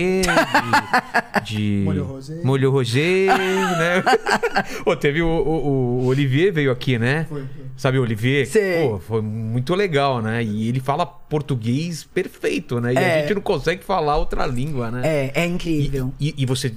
S1: de. de-
S2: Molho rosé.
S1: Molho rosé, né? Ô, teve o, o- o Olivier veio aqui, né?
S2: Foi, foi.
S1: Sabe o Olivier?
S3: Sei.
S1: Pô, foi muito legal, né? E ele fala português perfeito, né? E a
S3: É.
S1: gente não consegue falar outra língua, né?
S3: É, é incrível.
S1: E, e você.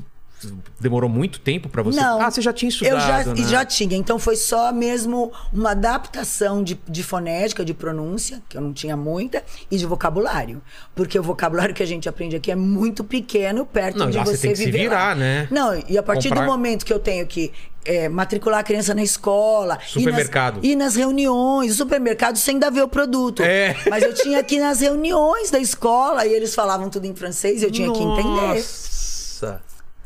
S1: Demorou muito tempo pra você.
S3: Não.
S1: Ah, você já tinha estudado.
S3: Eu já,
S1: né?
S3: e já tinha. Então foi só mesmo uma adaptação de, de fonética, de pronúncia, que eu não tinha muita, e de vocabulário. Porque o vocabulário que a gente aprende aqui é muito pequeno perto
S1: Não, e
S3: de
S1: lá você
S3: você,
S1: tem que se
S3: viver
S1: virar,
S3: lá.
S1: né?
S3: Não, e a partir
S1: Comprar-
S3: do momento que eu tenho que é, matricular a criança na escola... e nas-
S1: Supermercado.
S3: E nas, reuniões, o supermercado sem dar ver o produto.
S1: É.
S3: Mas eu tinha que ir nas reuniões da escola, e eles falavam tudo em francês, eu tinha que entender.
S1: Nossa!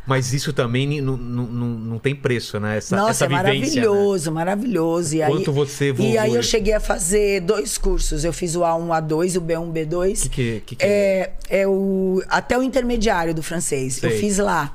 S1: Mas isso também não, não, não, não tem preço, né? Essa,
S3: Nossa,
S1: essa
S3: é
S1: vivência. né?
S3: maravilhoso, maravilhoso. E aí-
S1: Quanto você evoluiu?
S3: E aí eu cheguei a fazer dois cursos. Eu fiz o A1, A2, o B1, B2.
S1: Que que- que que
S3: é? É o, até o intermediário do francês. Eu
S1: Sei.
S3: fiz lá.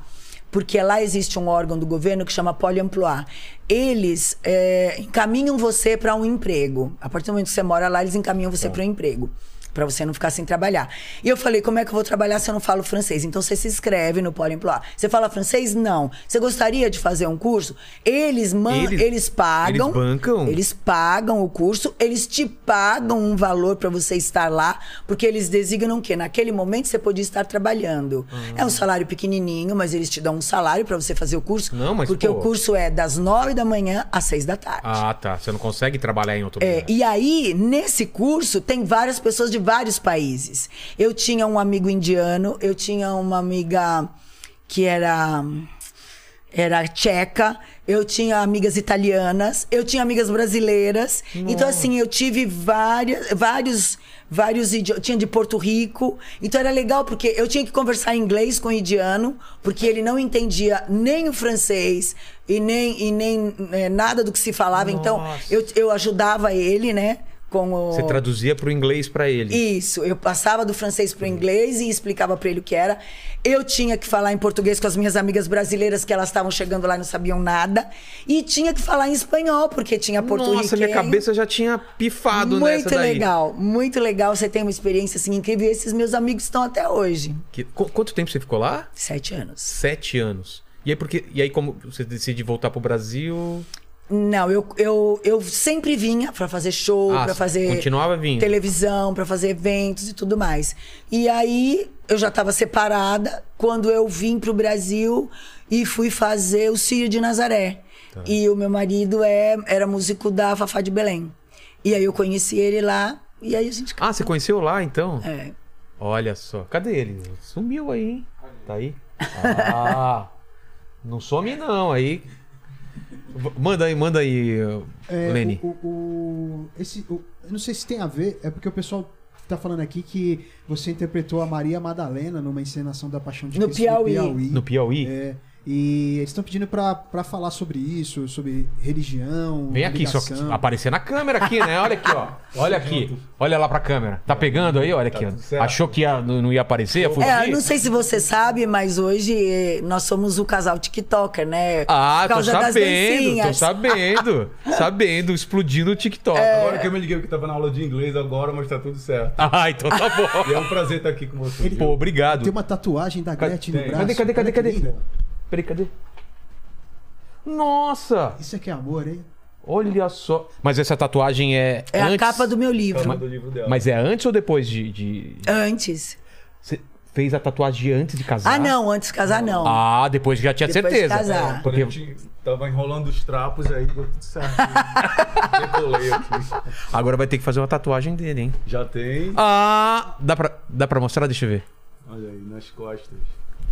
S3: Porque lá existe um órgão do governo que chama Pôle emploi. Eles é, encaminham você para um emprego. A partir do momento que você mora lá, eles encaminham
S1: Tá.
S3: você para um emprego. Pra você não ficar sem trabalhar. E eu falei, como é que eu vou trabalhar se eu não falo francês? Então você se inscreve no Pôle emploi. Você fala francês? Não. Você gostaria de fazer um curso? Eles, man
S1: Eles-
S3: eles, pagam.
S1: eles bancam?
S3: Eles pagam o curso, eles te pagam um valor pra você estar lá, porque eles designam que naquele momento você podia estar trabalhando.
S1: Ah.
S3: É um salário pequenininho, mas eles te dão um salário pra você fazer o curso.
S1: Não, mas,
S3: porque
S1: pô.
S3: o curso é das nove da manhã às seis da tarde.
S1: Ah, tá. Você não consegue trabalhar em outro
S3: É,
S1: lugar.
S3: e aí, nesse curso, tem várias pessoas de vários países. Eu tinha um amigo indiano, eu tinha uma amiga que era era tcheca, eu tinha amigas italianas, eu tinha amigas brasileiras. Então assim, eu tive várias vários vários idiomas, tinha de Porto Rico. Então era legal porque eu tinha que conversar em inglês com o indiano, porque ele não entendia nem o francês e nem e nem eh, nada do que se falava. Então
S1: Nossa.
S3: eu, eu ajudava ele, né? Com o...
S1: Você traduzia pro inglês pra ele.
S3: Isso, eu passava do francês pro inglês e explicava para ele o que era. Eu tinha que falar em português com as minhas amigas brasileiras, que elas estavam chegando lá e não sabiam nada. E tinha que falar em espanhol, porque tinha português.
S1: Nossa, minha cabeça é já tinha pifado
S3: Muito
S1: nessa daí.
S3: legal, muito legal. Você tem uma experiência assim incrível. E esses meus amigos estão até hoje.
S1: Que- qu- quanto tempo você ficou lá?
S3: Sete anos.
S1: Sete anos. E aí, porque, e aí como você decide voltar pro Brasil?
S3: Não, eu, eu, eu sempre vinha pra fazer show,
S1: Ah,
S3: pra fazer
S1: continuava vindo.
S3: televisão, pra fazer eventos e tudo mais. E aí eu já tava separada quando eu vim pro Brasil e fui fazer o Círio de Nazaré.
S1: Tá.
S3: E o meu marido é, era músico da Fafá de Belém. E aí eu conheci ele lá e aí a gente.
S1: Ah, você conheceu lá então?
S3: É.
S1: Olha só. Cadê ele? Sumiu aí, hein? Tá aí? Ah! não some não, aí. V- Manda aí, manda aí,
S2: É,
S1: Lene.
S2: O, o- o- esse, o- eu não sei se tem a ver, é porque o pessoal tá falando aqui que você interpretou a Maria Madalena numa encenação da Paixão de
S3: No
S2: Cristo
S3: Piauí.
S2: no Piauí.
S1: No Piauí?
S2: É, e eles estão pedindo pra, pra falar sobre isso, sobre religião,
S1: Vem aqui, só
S2: ligação.
S1: aparecer na câmera aqui, né? Olha aqui, ó. Olha aqui. Olha lá pra câmera. Tá pegando aí? Olha aqui. ó.
S5: tudo certo.
S1: Achou que ia- não não ia aparecer? Ia fugir?
S3: É, eu não sei se você sabe, mas hoje eh, nós somos o casal TikToker, né?
S1: Ah,
S3: Por
S1: tô
S3: causa das
S1: sabendo, tô
S3: dancinhas.
S1: sabendo. sabendo, explodindo o TikTok.
S3: É.
S5: Agora que eu me liguei que eu tava na aula de inglês agora, mas tá tudo certo.
S1: Ah, então tá bom.
S5: E é um prazer estar aqui com você.
S1: Pô,
S5: viu?
S1: obrigado.
S2: Tem uma tatuagem da Gretchen no
S5: tem.
S2: braço.
S1: Cadê, cadê, cadê,
S2: Olha que
S1: cadê?
S2: linda.
S1: Peraí, cadê? Nossa!
S2: Isso aqui é amor, hein?
S1: Olha só. Mas essa tatuagem é.
S3: É
S1: antes,
S3: a capa do meu livro.
S5: Calma do livro dela.
S1: Mas é antes ou depois de. de-
S3: Antes.
S1: Você fez a tatuagem antes de casar?
S3: Ah, não, antes de casar, não.
S1: Ah, depois já tinha
S3: Depois de
S1: certeza. É,
S3: casar.
S5: Quando
S1: Porque
S5: a gente tava enrolando os trapos aí, deu tudo certo. Decolei aqui.
S1: agora vai ter que fazer uma tatuagem dele, hein?
S5: Já tem.
S1: Ah! Dá pra, dá pra mostrar? Deixa eu ver.
S5: Olha aí, nas costas.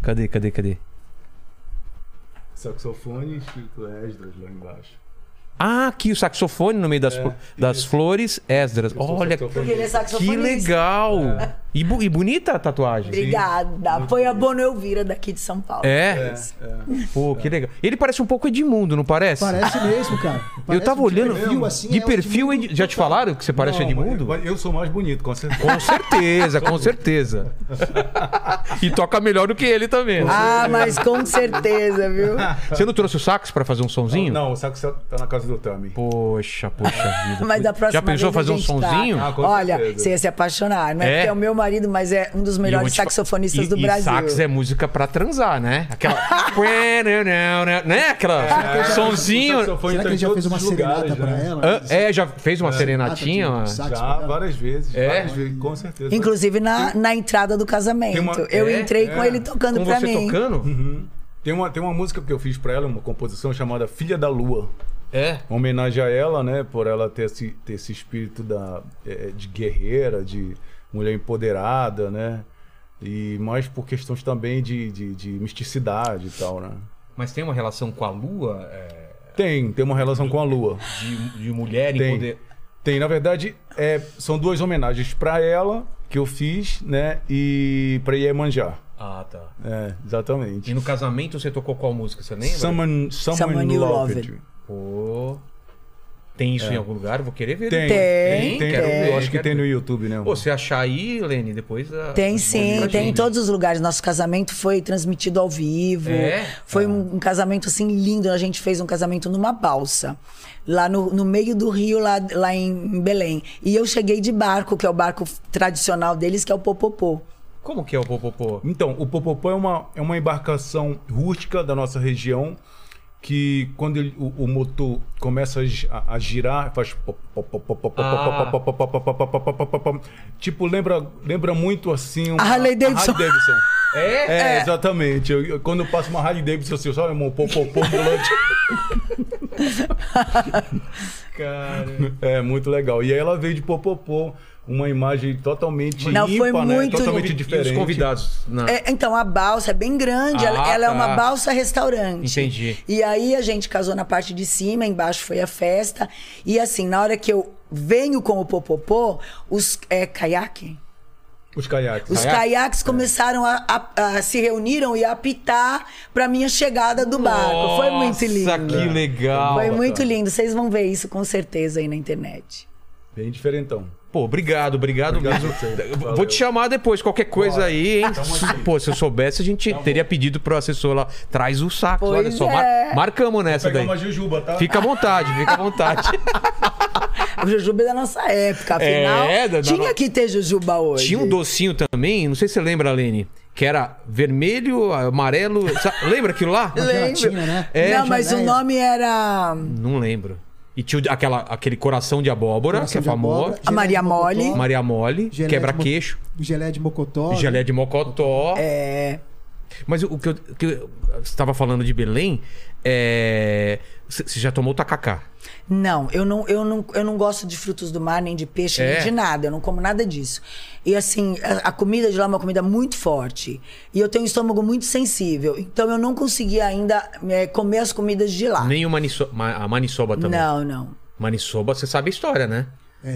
S1: Cadê, cadê, cadê?
S5: Saxofone e Chico Esdras lá embaixo.
S1: Ah, aqui o saxofone no meio das,
S5: É,
S1: das
S5: isso.
S1: flores, Esdras.
S5: Eu sou
S1: Olha
S5: saxofonista.
S3: Porque ele é
S1: que
S3: saxofonista.
S1: legal! E, bu- e bonita a tatuagem.
S3: Obrigada.
S5: Muito
S3: Foi a
S5: bem.
S3: Bono Elvira daqui de São Paulo.
S1: É?
S5: É, é.
S1: Pô, que legal. Ele parece um pouco Edmundo, não parece?
S2: Parece mesmo, cara.
S1: Eu
S2: Parece
S1: tava
S2: um
S1: olhando.
S2: perfil, assim,
S1: de
S2: é um
S1: perfil,
S2: Edmundo
S1: Ed- já te
S2: total.
S1: falaram que você parece
S5: Não,
S1: Edmundo?
S5: mas Eu sou mais bonito, com certeza.
S1: Com certeza, com certeza. e toca melhor do que ele também. né?
S3: Ah, mas com certeza, viu?
S1: Você não trouxe o sax pra fazer um sonzinho?
S5: Não, o saco tá na casa do Tami.
S1: Poxa, poxa vida.
S3: Mas da próxima
S1: Já pensou
S3: vez
S1: fazer
S3: a
S1: um
S3: gente tá-
S1: sonzinho?
S5: Ah, com
S3: Olha,
S5: certeza.
S3: você ia se apaixonar. Não é,
S1: É?
S3: porque é o meu marido, mas é um dos
S1: E eu vou
S3: melhores
S1: te fa-
S3: saxofonistas
S1: e-
S3: do Brasil.
S1: E sax é música pra transar, né? Aquela. né? Aquela.
S5: É, O
S1: sonzinho.
S5: saxofone
S2: Será que
S5: tá
S2: ele
S5: em
S2: já fez
S5: todos
S2: uma
S5: os lugares,
S2: serenata pra
S5: né?
S2: ela?
S1: Hã? É, já fez uma serenatinha?
S2: Ah, tá de
S1: ó.
S2: sax pra
S5: Já,
S2: ela?
S5: várias vezes.
S1: É?
S5: Várias vezes, com certeza.
S3: Inclusive na, na entrada do casamento.
S5: Tem uma-
S3: Eu
S1: é,
S3: entrei com
S5: é.
S3: ele tocando
S1: Com
S3: pra
S1: você
S3: mim.
S1: tocando?
S5: Tem uma, tem uma música que eu fiz pra ela, uma composição chamada Filha da Lua.
S1: É.
S5: Uma homenagem a ela, né? Por ela ter esse, ter esse espírito da, eh, de guerreira, de mulher empoderada, né? E mais por questões também de, de, de misticidade e tal, né?
S1: Mas tem uma relação com a lua? é,
S5: Tem, tem uma relação com a lua.
S1: de, de mulher em
S5: Tem.
S1: poder.
S5: Tem, na verdade, é, são duas homenagens pra ela que eu fiz, né? E pra Iemanjá.
S1: Ah, tá.
S5: É,
S1: E
S5: exatamente.
S1: no casamento você tocou qual música? Você lembra?
S5: Someone, someone,
S3: Someone You
S5: loved.
S3: Loved.
S1: Pô. Tem isso em algum lugar? Eu Vou querer ver.
S5: É. Tem,
S3: Tem,
S5: tem, tem.
S1: quero ver,
S5: Eu acho que
S1: quero
S5: tem
S1: ver.
S5: no YouTube, né?
S1: Pô, você achar aí, Lene, depois. ah, a-
S3: Tem
S1: manda
S3: sim,
S1: pra
S3: tem em
S1: gente.
S3: todos os lugares. Nosso casamento foi transmitido ao vivo.
S1: É?
S3: Foi um, um casamento assim lindo. A gente fez um casamento numa balsa, lá no, no meio do rio, lá, lá em Belém. E eu cheguei de barco, que é o barco tradicional deles, que é o Popopô.
S1: Como que é o popopô?
S5: Então, o Popopó é uma, é uma embarcação rústica da nossa região que quando ele- o, o motor começa a gi- a, a girar, faz pop, pop, pop, pop, pop,
S1: Ah.
S5: pop, pop, pop, pop, pop, pop, pop, pop, pop. tipo lembra lembra muito assim uma,
S3: A Harley Davidson.
S5: Harley Davidson.
S1: É?
S5: É, exatamente. Eu- eu- quando eu passo uma Harley Davidson, assim, eu só meu popopó ambulante.
S1: Cara.
S5: É muito legal. E aí ela veio de popopó, uma imagem totalmente
S3: Não, foi
S5: ímpar, né?
S3: muito-
S5: Totalmente
S1: E
S5: diferente.
S1: os convidados. na-
S3: É, então, a balsa é bem grande, ela,
S1: Ah,
S3: ela é
S1: tá.
S3: uma balsa restaurante.
S1: Entendi.
S3: E aí a gente casou na parte de cima, embaixo foi a festa. E assim, na hora que eu venho com o Popopô, os. É caiaque?
S5: Os caiaques.
S3: Os
S1: Caiaque? É.
S3: caiaques começaram a, a- a- se reuniram e a apitar pra minha chegada do barco. Foi muito
S1: Nossa,
S3: lindo.
S1: que legal.
S3: Foi muito
S1: cara.
S3: lindo. Vocês vão ver isso com certeza aí na internet.
S5: Bem diferentão.
S1: Pô, obrigado, obrigado,
S5: Obrigado
S1: mesmo.
S5: a você.
S1: Eu vou- Vou
S5: Valeu.
S1: te chamar depois, qualquer coisa
S5: Bora.
S1: aí, hein?
S5: Tamo
S1: Se-
S5: aqui.
S1: Pô, se eu soubesse, a gente teria pedido pro assessor lá. Traz o saco.
S3: Pois
S1: Olha só, mar-
S3: é.
S1: marcamos nessa
S5: Pegar
S1: daí.
S5: uma jujuba, tá?
S1: Fica à vontade, fica à vontade.
S3: O Jujuba é da nossa época, afinal.
S1: É, da- da
S3: tinha
S1: no-
S3: que ter Jujuba hoje.
S1: um Tinha um docinho também, não sei se você lembra, Lene, que era vermelho, amarelo. sa- Lembra aquilo lá?
S2: Uma
S3: Lembro.
S2: gelatina, né?
S1: É,
S3: não, mas o
S2: geleia.
S3: nome era
S1: Não lembro. E tinha o- aquela, aquele coração de abóbora,
S2: Coração
S1: que
S2: de
S1: é famoso.
S2: abóbora,
S3: A Maria
S2: geleia de
S3: Mole.
S2: mocotó,
S1: Maria Mole,
S2: Geleia de
S1: quebra-queixo,
S2: Geleia de mocotó. né?
S1: geleia de mocotó.
S3: é,
S1: Mas o que eu, que eu estava falando de Belém é. c- Você já tomou tacacá?
S3: Não, eu não, eu, não, eu não gosto de frutos do mar, nem de peixe,
S1: É.
S3: nem de nada. Eu não como nada disso. E assim, a, a comida de lá é uma comida muito forte. E eu tenho um estômago muito sensível. Então eu não consegui ainda eh, comer as comidas de lá.
S1: Nem o maniço... ma- a maniçoba também.
S3: Ah. Não, não.
S1: Maniçoba, você sabe a história, né?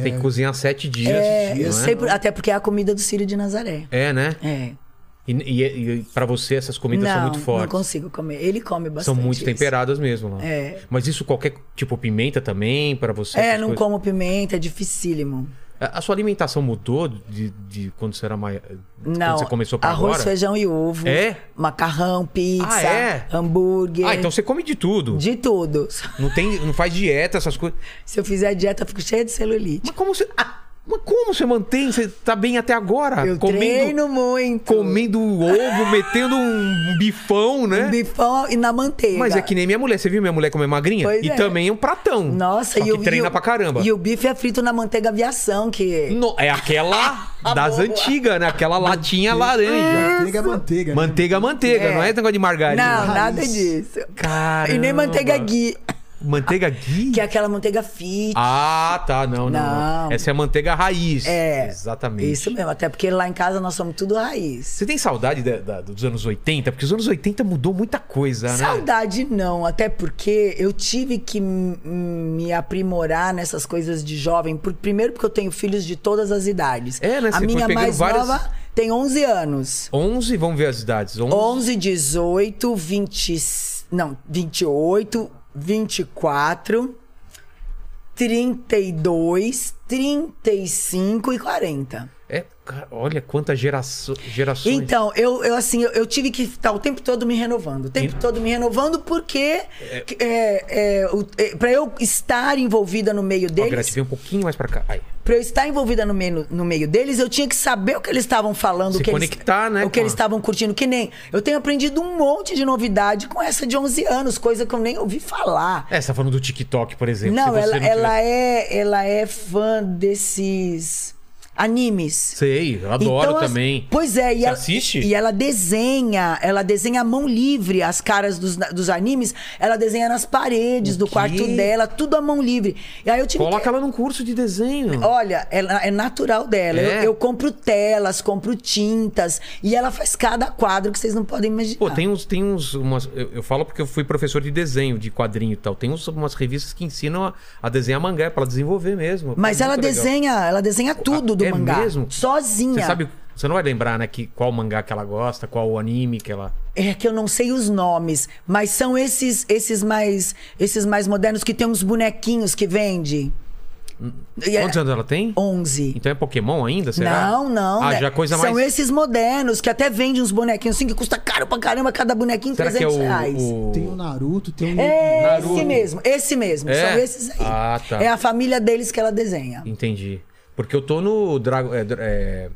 S1: Tem que cozinhar sete dias.
S3: É,
S1: né?
S3: eu sei, por- até porque é a comida do Círio de Nazaré.
S1: É, né?
S3: É.
S1: E, e, e para você essas comidas
S3: Não,
S1: são muito
S3: não
S1: fortes.
S3: consigo comer. Ele come bastante.
S1: são muito
S3: isso.
S1: temperadas mesmo lá.
S3: É.
S1: Mas isso qualquer tipo pimenta também para você.
S3: É,
S1: essas
S3: não
S1: coisas?
S3: como pimenta, é dificílimo.
S1: A a sua alimentação mudou de, de quando você era mais
S3: Não.
S1: quando você começou pra
S3: Arroz,
S1: agora?
S3: feijão e ovo.
S1: É?
S3: Macarrão, pizza,
S1: Ah, é?
S3: hambúrguer.
S1: Ah, então você come de tudo.
S3: De tudo.
S1: Não tem, não faz dieta essas coisas.
S3: Se eu fizer dieta, eu fico cheia de celulite.
S1: Mas como você ah, Mas como você mantém? Você tá bem até agora?
S3: Eu treino muito.
S1: comendo ovo, metendo um bifão, né?
S3: Um bifão e na manteiga.
S1: Mas é que nem minha mulher. Você viu minha mulher comer magrinha?
S3: Pois
S1: e
S3: é.
S1: também é um pratão.
S3: Nossa,
S1: Só
S3: e
S1: que
S3: o
S1: treina
S3: e o-
S1: pra caramba.
S3: E o bife é frito na manteiga aviação, que.
S1: No- é aquela das
S3: boa.
S1: antigas, né? Aquela latinha laranja.
S2: Manteiga, manteiga. né?
S1: Manteiga, manteiga,
S3: É.
S1: não é esse negócio de margarina.
S3: Não,
S2: raiz.
S3: nada disso.
S1: Caramba.
S3: E nem manteiga ghee,
S1: Manteiga ghee?
S3: que é aquela manteiga fit.
S1: Ah, tá, não, não, não.
S3: Não.
S1: Essa é a manteiga raiz.
S3: É.
S1: Exatamente.
S3: Isso mesmo, até porque lá em casa nós somos tudo raiz.
S1: Você tem saudade da- da- dos anos 80? Porque os anos 80 mudou muita coisa, né?
S3: Saudade não, até porque eu tive que m- m- me aprimorar nessas coisas de jovem. por- primeiro porque eu tenho filhos de todas as idades.
S1: É, né?
S3: A
S1: Você foi
S3: minha
S1: pegando
S3: mais
S1: várias-
S3: nova tem 11 anos.
S1: 11, vamos ver as idades. 11.
S3: 11, 18, 20. Não, 28, 24, 32, 35 e 40.
S1: É, cara, olha quantas geraço- gerações.
S3: Então, eu, eu assim, eu, eu tive que estar o tempo todo me renovando. O tempo todo me renovando porque é, é, o- é, pra eu estar envolvida no meio
S1: Ó,
S3: deles,
S1: Grazi, vem um pouquinho mais pra cá. Aí.
S3: pra eu estar envolvida no meio, no meio deles, eu tinha que saber o que eles estavam falando,
S1: Se
S3: o que
S1: conectar,
S3: eles,
S1: né,
S3: o que eles
S1: com a-
S3: estavam curtindo, que nem eu tenho aprendido um monte de novidade com essa de 11 anos, coisa que eu nem ouvi falar.
S1: É, você tá falando do TikTok, por exemplo.
S3: não,
S1: se É, você
S3: ela,
S1: não tiver-
S3: ela é, ela é fã desses animes.
S1: Sei, eu adoro
S3: Então, as-
S1: também.
S3: Pois é, e
S1: Você
S3: ela,
S1: assiste?
S3: e ela desenha, ela desenha à mão livre as caras dos, dos animes, ela desenha nas paredes
S1: O
S3: do
S1: quê?
S3: quarto dela, tudo à mão livre. E aí eu tive
S1: Coloca
S3: que...
S1: ela num curso de desenho.
S3: Olha, ela, é natural dela.
S1: É?
S3: Eu, eu compro telas, compro tintas. E ela faz cada quadro que vocês não podem imaginar.
S1: Pô, tem uns. Tem uns umas, eu, eu falo porque eu fui professor de desenho, de quadrinho e tal. Tem uns, umas revistas que ensinam a, a desenhar mangá, é pra ela desenvolver mesmo.
S3: Mas
S1: É
S3: ela
S1: muito legal.
S3: desenha, ela desenha tudo do
S1: é
S3: mangá.
S1: mesmo?
S3: Sozinha.
S1: Você sabe. Você não vai lembrar, né, que, qual mangá que ela gosta, qual o anime que ela.
S3: É que eu não sei os nomes, mas são esses esses mais esses mais modernos que tem uns bonequinhos que vende. E é-
S1: Quantos anos ela tem?
S3: 11.
S1: Então é Pokémon ainda? Será?
S3: Não, não.
S1: Ah,
S3: né?
S1: já coisa
S3: São
S1: mais.
S3: esses modernos que até vende uns bonequinhos assim que custa caro pra caramba, cada bonequinho
S1: Será que é
S3: 300
S1: o.
S3: reais.
S1: o-
S2: Tem o Naruto, tem um, o.
S3: É
S1: Naruto.
S3: esse mesmo, esse mesmo.
S1: É?
S3: São esses aí.
S1: Ah, tá.
S3: É a família deles que ela desenha.
S1: Entendi. Porque eu tô no Dragon. é, dra- é,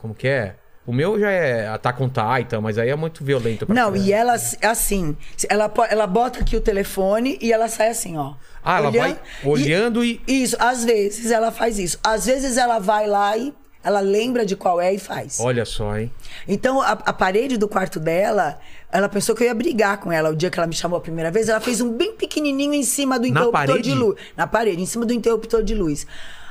S1: Como que é? O meu já é Attack on Titan, mas aí é muito violento pra
S3: Não,
S1: criança.
S3: e ela assim, ela, po- ela bota aqui o telefone e ela sai assim, ó.
S1: Ah, ela
S3: Olhan-
S1: vai olhando e-
S3: Isso, às vezes ela faz isso. Às vezes ela vai lá e ela lembra de qual é e faz.
S1: Olha só, hein?
S3: Então, a, a parede do quarto dela, ela pensou que eu ia brigar com ela. O dia que ela me chamou a primeira vez, ela fez um bem pequenininho em cima do interruptor
S1: parede?
S3: de luz. Na parede, em cima do interruptor de luz.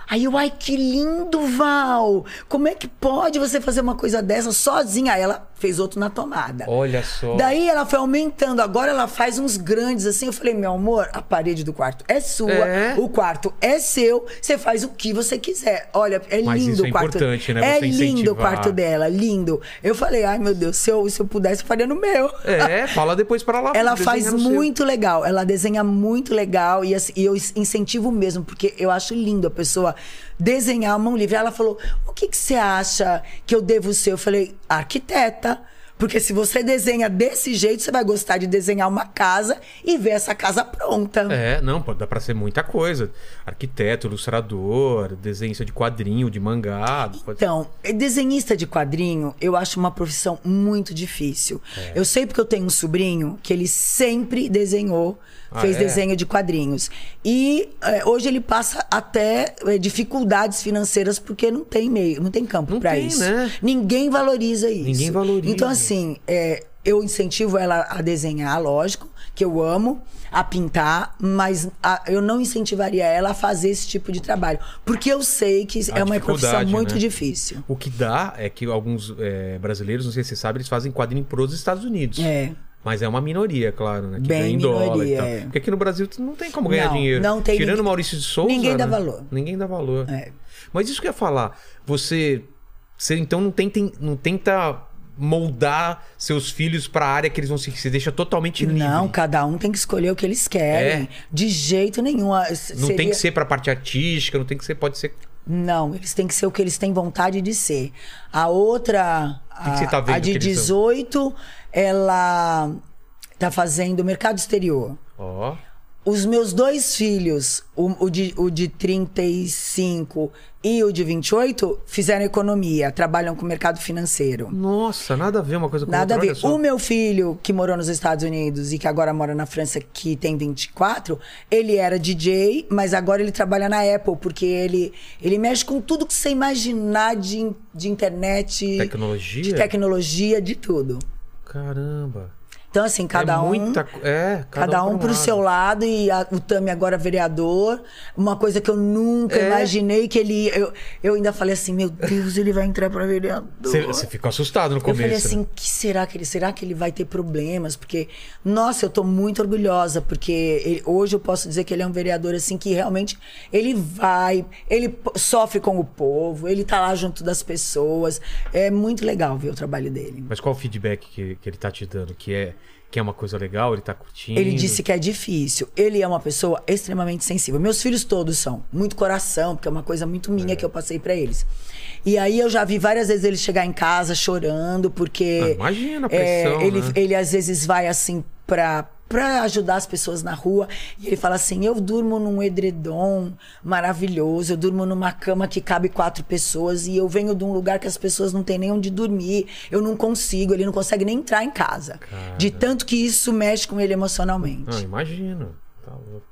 S3: Aí eu, ai, que lindo, Val! Como é que pode você fazer uma coisa dessa sozinha? Aí ela fez outro na tomada.
S1: Olha só.
S3: Daí ela foi aumentando, agora ela faz uns grandes assim. Eu falei, meu amor, a parede do quarto é sua,
S1: É.
S3: o quarto é seu, você faz o que você quiser. Olha, é
S1: Mas
S3: lindo
S1: isso é
S3: o quarto.
S1: importante, né?
S3: É
S1: Você
S3: lindo
S1: incentivar.
S3: o quarto dela, lindo. Eu falei, ai meu Deus, se eu, se eu pudesse, eu faria no meu.
S1: É, fala depois pra lá.
S3: Ela
S1: desenhar
S3: faz
S1: no seu.
S3: muito legal, ela desenha muito legal e, assim, e eu incentivo mesmo, porque eu acho lindo a pessoa desenhar a mão livre. Ela falou: O que, que você acha que eu devo ser? Eu falei: Arquiteta. Porque se você desenha desse jeito, você vai gostar de desenhar uma casa e ver essa casa pronta.
S1: É, não, pô, dá pra ser muita coisa. Arquiteto, ilustrador, desenhista de quadrinho, de mangá. pode-
S3: Então, desenhista de quadrinho, eu acho uma profissão muito difícil.
S1: É.
S3: Eu sei porque eu tenho um sobrinho que ele sempre desenhou,
S1: Ah,
S3: fez
S1: é?
S3: desenho de quadrinhos. E eh, hoje ele passa até eh, dificuldades financeiras porque não tem meio, não tem campo
S1: Não
S3: pra
S1: tem,
S3: isso.
S1: né?
S3: Ninguém valoriza isso.
S1: Ninguém valoriza.
S3: Então, assim, eh, eu incentivo ela a desenhar, lógico, que eu amo, a pintar, mas a- eu não incentivaria ela a fazer esse tipo de trabalho. Porque eu sei que
S1: A
S3: é uma profissão
S1: dificuldade,
S3: muito
S1: né?
S3: difícil.
S1: O que dá é que alguns é, brasileiros, não sei se você sabe, eles fazem quadrinho pros Estados Unidos.
S3: É.
S1: Mas é uma minoria, claro, né? Que
S3: Bem
S1: ganha em dólar e
S3: minoria,
S1: tal.
S3: é.
S1: Porque aqui no Brasil tu não tem como ganhar
S3: Não,
S1: dinheiro.
S3: não tem
S1: Tirando
S3: ninguém-
S1: Maurício de Souza.
S3: ninguém dá
S1: né?
S3: valor.
S1: Ninguém dá valor.
S3: É.
S1: Mas isso que eu ia falar, você, você então não tenta, não tenta moldar seus filhos pra área que eles vão se. Você deixa totalmente livre.
S3: Não,
S1: Não,
S3: cada um tem que escolher o que eles querem.
S1: É.
S3: De jeito nenhum. a- s- seria-
S1: tem que ser pra parte artística, não tem que ser. Pode ser.
S3: Não, eles têm que ser o que eles têm vontade de ser. A outra,
S1: que
S3: a,
S1: você tá vendo
S3: a de
S1: que eles são?
S3: 18, ela tá fazendo mercado exterior.
S1: Ó.
S3: Os meus dois filhos, o, o, de, o de 35 e o de 28, fizeram economia, trabalham com mercado financeiro.
S1: Nossa, nada a ver uma coisa com
S3: Nada a
S1: outra,
S3: ver.
S1: olha só.
S3: O meu filho, que morou nos Estados Unidos e que agora mora na França, que tem 24, ele era DJ, mas agora ele trabalha na Apple, porque ele, ele mexe com tudo que você imaginar de, in- de internet,
S1: Tecnologia?
S3: de tecnologia, de tudo.
S1: Caramba.
S3: Então, assim, cada
S1: é
S3: um.
S1: Muita... co- É,
S3: Cada, um pro
S1: lado.
S3: seu lado e a- o Tami agora vereador. Uma coisa que eu nunca
S1: É.
S3: imaginei que ele. Eu, eu ainda falei assim, meu Deus, ele vai entrar pra vereador.
S1: Você, você ficou assustado no
S3: Eu
S1: começo.
S3: falei
S1: né?
S3: assim, que será que ele será que ele vai ter problemas? Porque nossa, eu tô muito orgulhosa porque ele- hoje eu posso dizer que ele é um vereador assim que realmente ele vai, ele p- sofre com o povo, ele tá lá junto das pessoas. É muito legal ver o trabalho dele.
S1: Mas qual o feedback que, que ele tá te dando? Que é, que é uma coisa legal? Ele tá curtindo?
S3: Ele disse que é difícil. Ele é uma pessoa extremamente sensível. Meus filhos todos são. Muito coração, porque é uma coisa muito minha que eu passei pra eles. E aí eu já vi várias vezes ele chegar em casa chorando, porque. é,
S1: Ah, imagina a pressão,
S3: ele,
S1: né?
S3: ele às vezes vai assim pra. Pra ajudar as pessoas na rua. E ele fala assim: Eu durmo num edredom maravilhoso, eu durmo numa cama que cabe quatro pessoas, e eu venho de um lugar que as pessoas não têm nem onde dormir, eu não consigo, ele não consegue nem entrar em casa. De tanto que isso mexe com ele emocionalmente.
S1: Ah, imagino. Tá louco.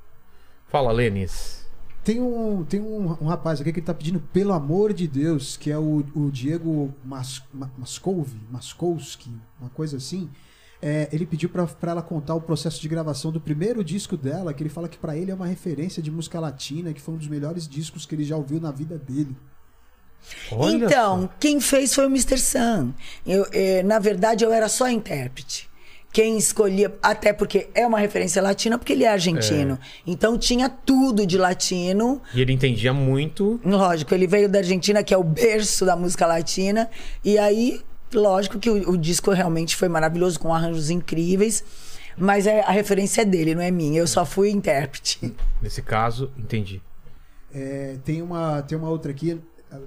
S1: Fala, Lenis.
S2: Tem um, tem um, um rapaz aqui que ele tá pedindo, pelo amor de Deus, que é o, o Diego Mas, Ma- Mascouve, Mascouski, uma coisa assim. É, ele pediu pra, pra ela contar o processo de gravação do primeiro disco dela, que ele fala que pra ele é uma referência de música latina, que foi um dos melhores discos que ele já ouviu na vida dele.
S1: Ah, Olha
S3: então,
S1: só.
S3: quem fez foi o Mr. Sun. Eu, eh, na verdade, eu era só intérprete. Quem escolhia, até porque é uma referência latina, porque ele é argentino. Então tinha tudo de latino.
S1: E ele entendia muito.
S3: Lógico, ele veio da Argentina, que é o berço da música latina. E aí, lógico que o, o disco realmente foi maravilhoso, com arranjos incríveis. Mas é- a referência é dele, não é minha. Eu só fui intérprete.
S1: Nesse caso, entendi.
S2: É, tem, uma, tem uma outra aqui,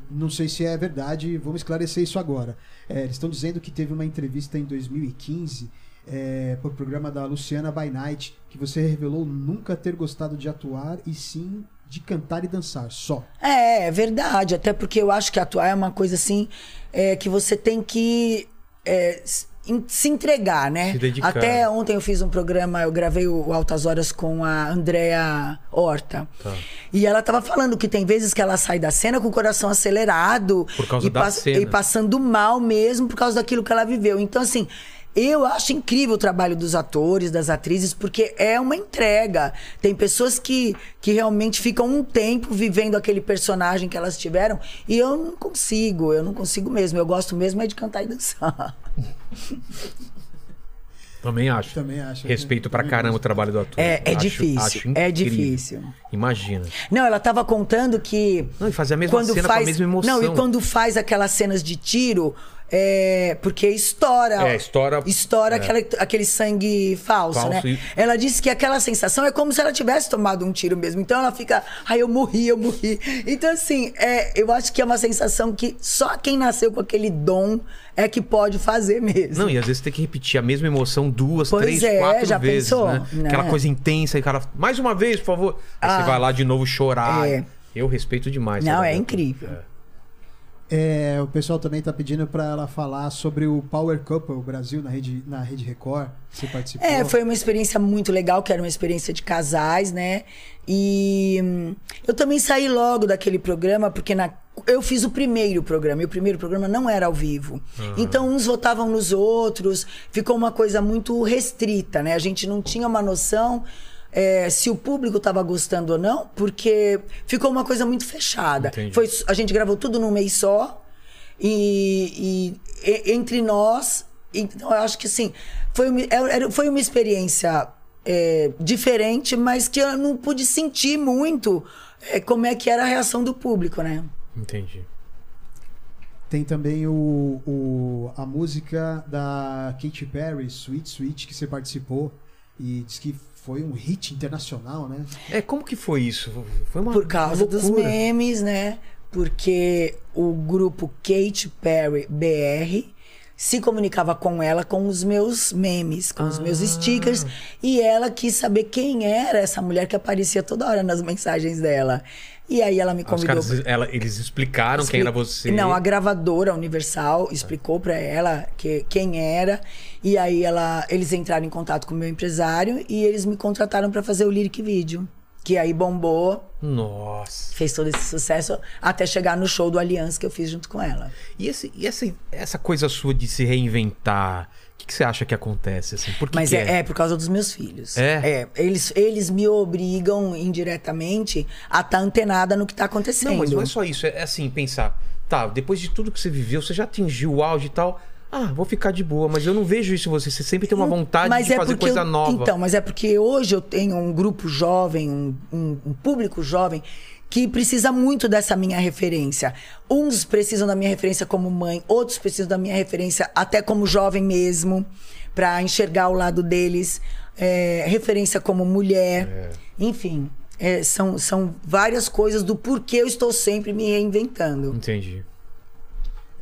S2: não sei se é verdade, vamos esclarecer isso agora. É, eles estão dizendo que teve uma entrevista em 2015 é, por programa da Luciana By Night, que você revelou nunca ter gostado de atuar e sim de cantar e dançar, só.
S3: É, é verdade. Até porque eu acho que atuar é uma coisa assim é, que você tem que é, s- en- se entregar, né?
S1: Se dedicar.
S3: Até ontem eu fiz um programa, eu gravei o Altas Horas com a Andrea Horta.
S1: Tá.
S3: E ela tava falando que tem vezes que ela sai da cena com o coração acelerado
S1: Por causa
S3: e,
S1: da cena.
S3: e passando mal mesmo por causa daquilo que ela viveu. Então, assim. Eu acho incrível o trabalho dos atores, das atrizes, porque é uma entrega. Tem pessoas que, que realmente ficam um tempo vivendo aquele personagem que elas tiveram e eu não consigo, eu não consigo mesmo. Eu gosto mesmo é de cantar e dançar.
S1: Também acho.
S2: Também acho. né?
S1: Respeito pra
S2: Também
S1: caramba o
S2: gosto.
S1: trabalho do ator.
S3: É, é
S1: Acho-
S3: difícil,
S1: acho
S3: é
S1: incrível.
S3: difícil.
S1: Imagina.
S3: Não, ela tava contando que
S1: Não, e fazer a mesma cena com a mesma emoção.
S3: Não, e quando faz aquelas cenas de tiro, é, porque estoura.
S1: É, estoura-
S3: Estoura
S1: é.
S3: aquela- aquele sangue falso,
S1: Falso,
S3: né?
S1: e-
S3: Ela disse que aquela sensação é como se ela tivesse tomado um tiro mesmo. Então ela fica, ai, eu morri, eu morri. Então, assim, é, eu acho que é uma sensação que só quem nasceu com aquele dom é que pode fazer mesmo.
S1: Não, e às vezes tem que repetir a mesma emoção duas,
S3: Pois
S1: três,
S3: é,
S1: quatro
S3: já
S1: vezes.
S3: pensou,
S1: né?
S3: né?
S1: Aquela coisa intensa e o cara. Mais uma vez, por favor. Aí
S3: Ah.
S1: você vai lá de novo chorar.
S3: É.
S1: Eu respeito demais.
S3: Não,
S1: sabe?
S3: é incrível.
S2: É, o pessoal também tá pedindo pra ela falar sobre o Power Couple Brasil na Rede, na rede Record. Você participou?
S3: É, foi uma experiência muito legal, que era uma experiência de casais, né? E hum, eu também saí logo daquele programa, porque na- eu fiz o primeiro programa, e o primeiro programa não era ao vivo. Então, uns votavam nos outros, ficou uma coisa muito restrita, né? A gente não tinha uma noção. é, se o público estava gostando ou não, porque ficou uma coisa muito fechada.
S1: Entendi.
S3: Foi, a gente gravou tudo num mês só, e, e- e- entre nós. Então, eu acho que assim, foi uma, era- foi uma experiência é, diferente, mas que eu não pude sentir muito é, como é que era a reação do público, né?
S1: Entendi.
S2: Tem também o, o- a música da Katy Perry, Sweet Sweet, que você participou. E diz que foi um hit internacional, né?
S1: É, como que foi isso? Foi uma.
S3: Por causa dos
S1: loucura.
S3: memes, né? Porque o grupo Kate Perry BR se comunicava com ela com os meus memes, com os
S1: Ah.
S3: meus stickers, e ela quis saber quem era essa mulher que aparecia toda hora nas mensagens dela. E aí ela me
S1: Ah, Os
S3: convidou.
S1: caras, ela- eles explicaram quem
S3: Expli-
S1: era você.
S3: Não, a gravadora a Universal explicou pra ela que, quem era. E aí ela, eles entraram em contato com o meu empresário e eles me contrataram pra fazer o lyric vídeo. Que aí bombou,
S1: Nossa.
S3: fez todo esse sucesso até chegar no show do Aliança que eu fiz junto com ela.
S1: E, esse- e essa, essa coisa sua de se reinventar? O que, que você acha que acontece? Assim? Por que
S3: Mas
S1: que
S3: é, é por causa dos meus filhos.
S1: É?
S3: eles, eles me obrigam indiretamente a estar antenada no que tá acontecendo.
S1: Não, mas não é só isso. É, é assim, pensar. Tá, depois de tudo que você viveu, você já atingiu o auge e tal. Ah, vou ficar de boa, mas eu não vejo isso em você. Você sempre tem uma vontade de fazer
S3: é porque
S1: coisa
S3: eu-
S1: nova.
S3: Então, mas é porque hoje eu tenho um grupo jovem, um, um- um público jovem que precisa muito dessa minha referência. Uns precisam da minha referência como mãe, outros precisam da minha referência até como jovem mesmo, para enxergar o lado deles, é, referência como mulher, enfim. é, são, são várias coisas do porquê eu estou sempre me reinventando.
S1: Entendi.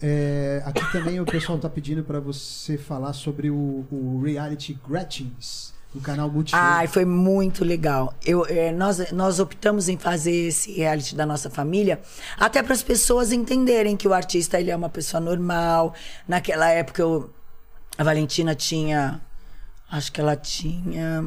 S2: É, aqui também o pessoal tá pedindo pra você falar sobre o, o reality Gretchens, do canal Multishow.
S3: Ai, foi muito legal. Eu, eh, nós, nós optamos em fazer esse reality da nossa família, até para as pessoas entenderem que o artista ele é uma pessoa normal. Naquela época, eu, a Valentina tinha. Acho que ela tinha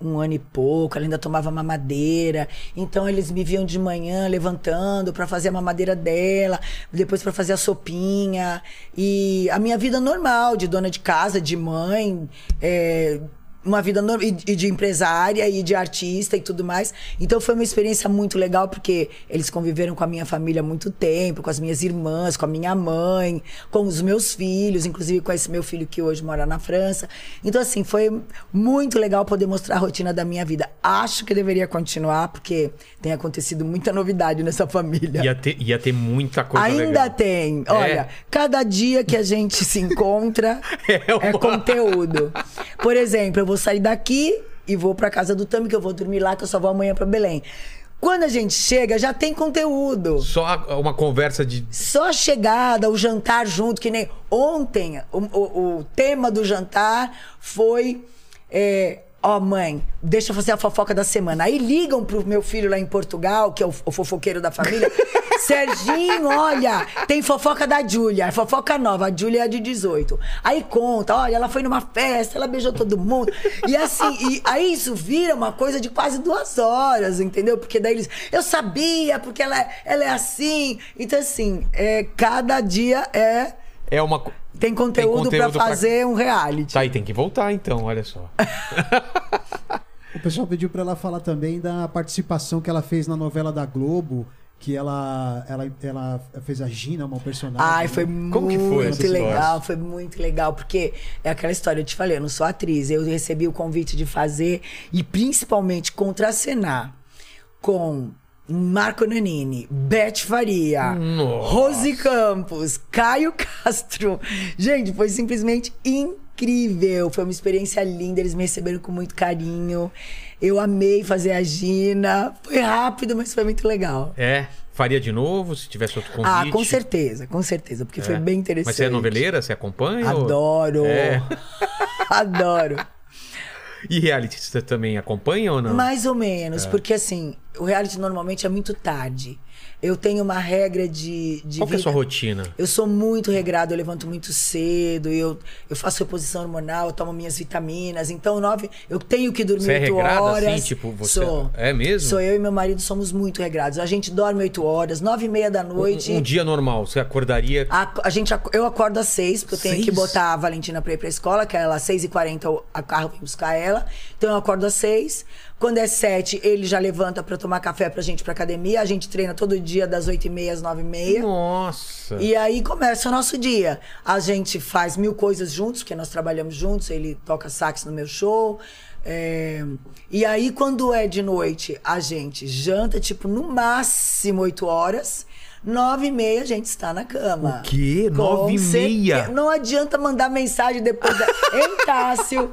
S3: um ano e pouco, ela ainda tomava mamadeira. Então eles me viam de manhã levantando para fazer a mamadeira dela, depois para fazer a sopinha. E a minha vida normal, de dona de casa, de mãe, é, uma vida normal, e e de empresária e de artista e tudo mais. Então foi uma experiência muito legal, porque eles conviveram com a minha família há muito tempo, com as minhas irmãs, com a minha mãe, com os meus filhos, inclusive com esse meu filho que hoje mora na França. Então, assim, foi muito legal poder mostrar a rotina da minha vida. Acho que deveria continuar, porque tem acontecido muita novidade nessa família.
S1: Ia ter, ia ter muita coisa
S3: Ainda
S1: legal.
S3: tem.
S1: É?
S3: Olha, cada dia que a gente se encontra
S1: É
S3: é,
S1: uma-
S3: conteúdo. Por exemplo, eu vou sair daqui e vou pra casa do Tami, que eu vou dormir lá, que eu só vou amanhã pra Belém. Quando a gente chega, já tem conteúdo.
S1: Só a- uma conversa de.
S3: Só a chegada, o jantar junto, que nem ontem, o, o- o tema do jantar foi. é, Ó, mãe, deixa eu fazer a fofoca da semana. Aí ligam pro meu filho lá em Portugal, que é o, o fofoqueiro da família. Serginho, olha, tem fofoca da Júlia, é fofoca nova. A Júlia é de 18. Aí conta, olha, ela foi numa festa, ela beijou todo mundo. E assim, e aí isso vira uma coisa de quase duas horas, entendeu? Porque daí eles, eu sabia, porque ela, é- ela é assim. Então, assim, é, cada dia é.
S1: É uma. co-
S3: Tem conteúdo,
S1: conteúdo pra-
S3: pra fazer um reality.
S1: Tá, e tem que voltar então, olha só.
S2: O pessoal pediu pra ela falar também da participação que ela fez na novela da Globo, que ela, ela, ela fez a Gina, uma personagem.
S3: Ai,
S2: né?
S3: foi
S1: Como que
S3: muito
S1: foi essa história?
S3: legal, foi muito legal, porque é aquela história, eu te falei, eu não sou atriz, eu recebi o convite de fazer e principalmente contracenar com Marco Nanini, Beth Faria,
S1: Nossa.
S3: Rose Campos, Caio Castro. Gente, foi simplesmente incrível. Foi uma experiência linda, eles me receberam com muito carinho. Eu amei fazer a Gina. Foi rápido, mas foi muito legal.
S1: É. Faria de novo se tivesse outro Um convite?
S3: Ah, com certeza, com certeza, porque
S1: É.
S3: foi bem interessante.
S1: Mas você é noveleira? Você acompanha? ou-
S3: Adoro.
S1: É.
S3: Adoro.
S1: E reality, você também acompanha ou não? É.
S3: Mais ou menos, porque assim, o reality normalmente é muito tarde. Eu tenho uma regra de, de
S1: Qual que é
S3: vida-
S1: a sua rotina?
S3: Eu sou muito regrado, eu levanto muito cedo, eu, eu faço reposição hormonal, eu tomo minhas vitaminas. Então, nove, eu tenho que dormir
S1: Você é
S3: oito
S1: regrada,
S3: horas.
S1: assim? Tipo, você...
S3: Sou.
S1: É mesmo?
S3: Sou eu e meu marido somos muito regrados. A gente dorme oito horas, nove e meia da noite. Ah,
S1: Um, um dia normal, você acordaria...
S3: A, a gente, ac- eu acordo às seis, porque eu tenho que
S1: Seis?
S3: botar a Valentina pra ir pra escola, que é ela às seis e quarenta o a carro vem buscar ela. Então eu acordo às seis. Quando é sete, ele já levanta pra tomar café pra gente ir pra academia. A gente treina todo dia das oito e meia às nove e meia.
S1: Nossa!
S3: E aí começa o nosso dia. A gente faz mil coisas juntos, porque nós trabalhamos juntos, ele toca sax no meu show. É, E aí, quando é de noite, a gente janta, tipo, no máximo 8 horas. Nove e meia a gente está na cama.
S1: O quê?
S3: Com
S1: Nove e meia?
S3: certeza. Não adianta mandar mensagem depois da. Hein, Tássio?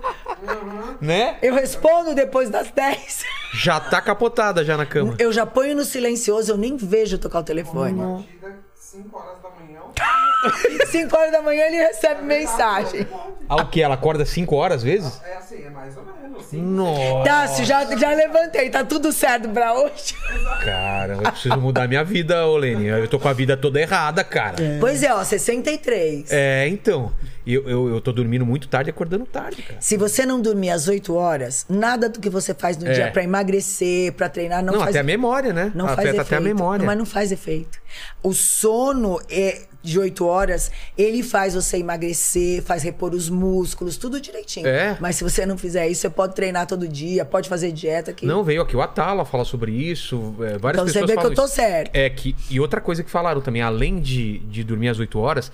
S1: Né?
S3: Eu respondo depois das 10.
S1: Já tá capotada já na cama.
S3: Eu já ponho no silencioso, eu nem vejo tocar o telefone.
S6: Partida 5 horas da manhã.
S3: 5 horas da manhã ele recebe mensagem.
S1: Ah, o quê? Ela acorda cinco horas às vezes?
S6: É assim, é mais ou menos. Sim.
S1: Nossa!
S3: Tássio, Tá, já, já levantei, tá tudo certo pra hoje?
S1: Cara, eu preciso mudar minha vida, ô Lene. Eu tô com a vida toda errada, cara.
S3: Pois é, ó, 63.
S1: É, então. Eu, eu, eu tô dormindo muito tarde e acordando tarde, cara.
S3: Se você não dormir às 8 horas, nada do que você faz no
S1: É.
S3: dia pra emagrecer, pra treinar, não,
S1: Não,
S3: faz
S1: até a memória, né?
S3: Não
S1: Afeta
S3: faz efeito.
S1: até a memória.
S3: Mas não faz efeito. O sono é de 8 horas, ele faz você emagrecer, faz repor os músculos, tudo direitinho.
S1: É.
S3: Mas se você não fizer isso, você pode treinar todo dia, pode fazer dieta que
S1: Não, veio aqui o Atala falar sobre isso. é, várias
S3: Então você
S1: pessoas
S3: vê que
S1: falam
S3: eu tô
S1: isso.
S3: certo.
S1: É que. E outra coisa que falaram também, além de, de dormir às 8 horas,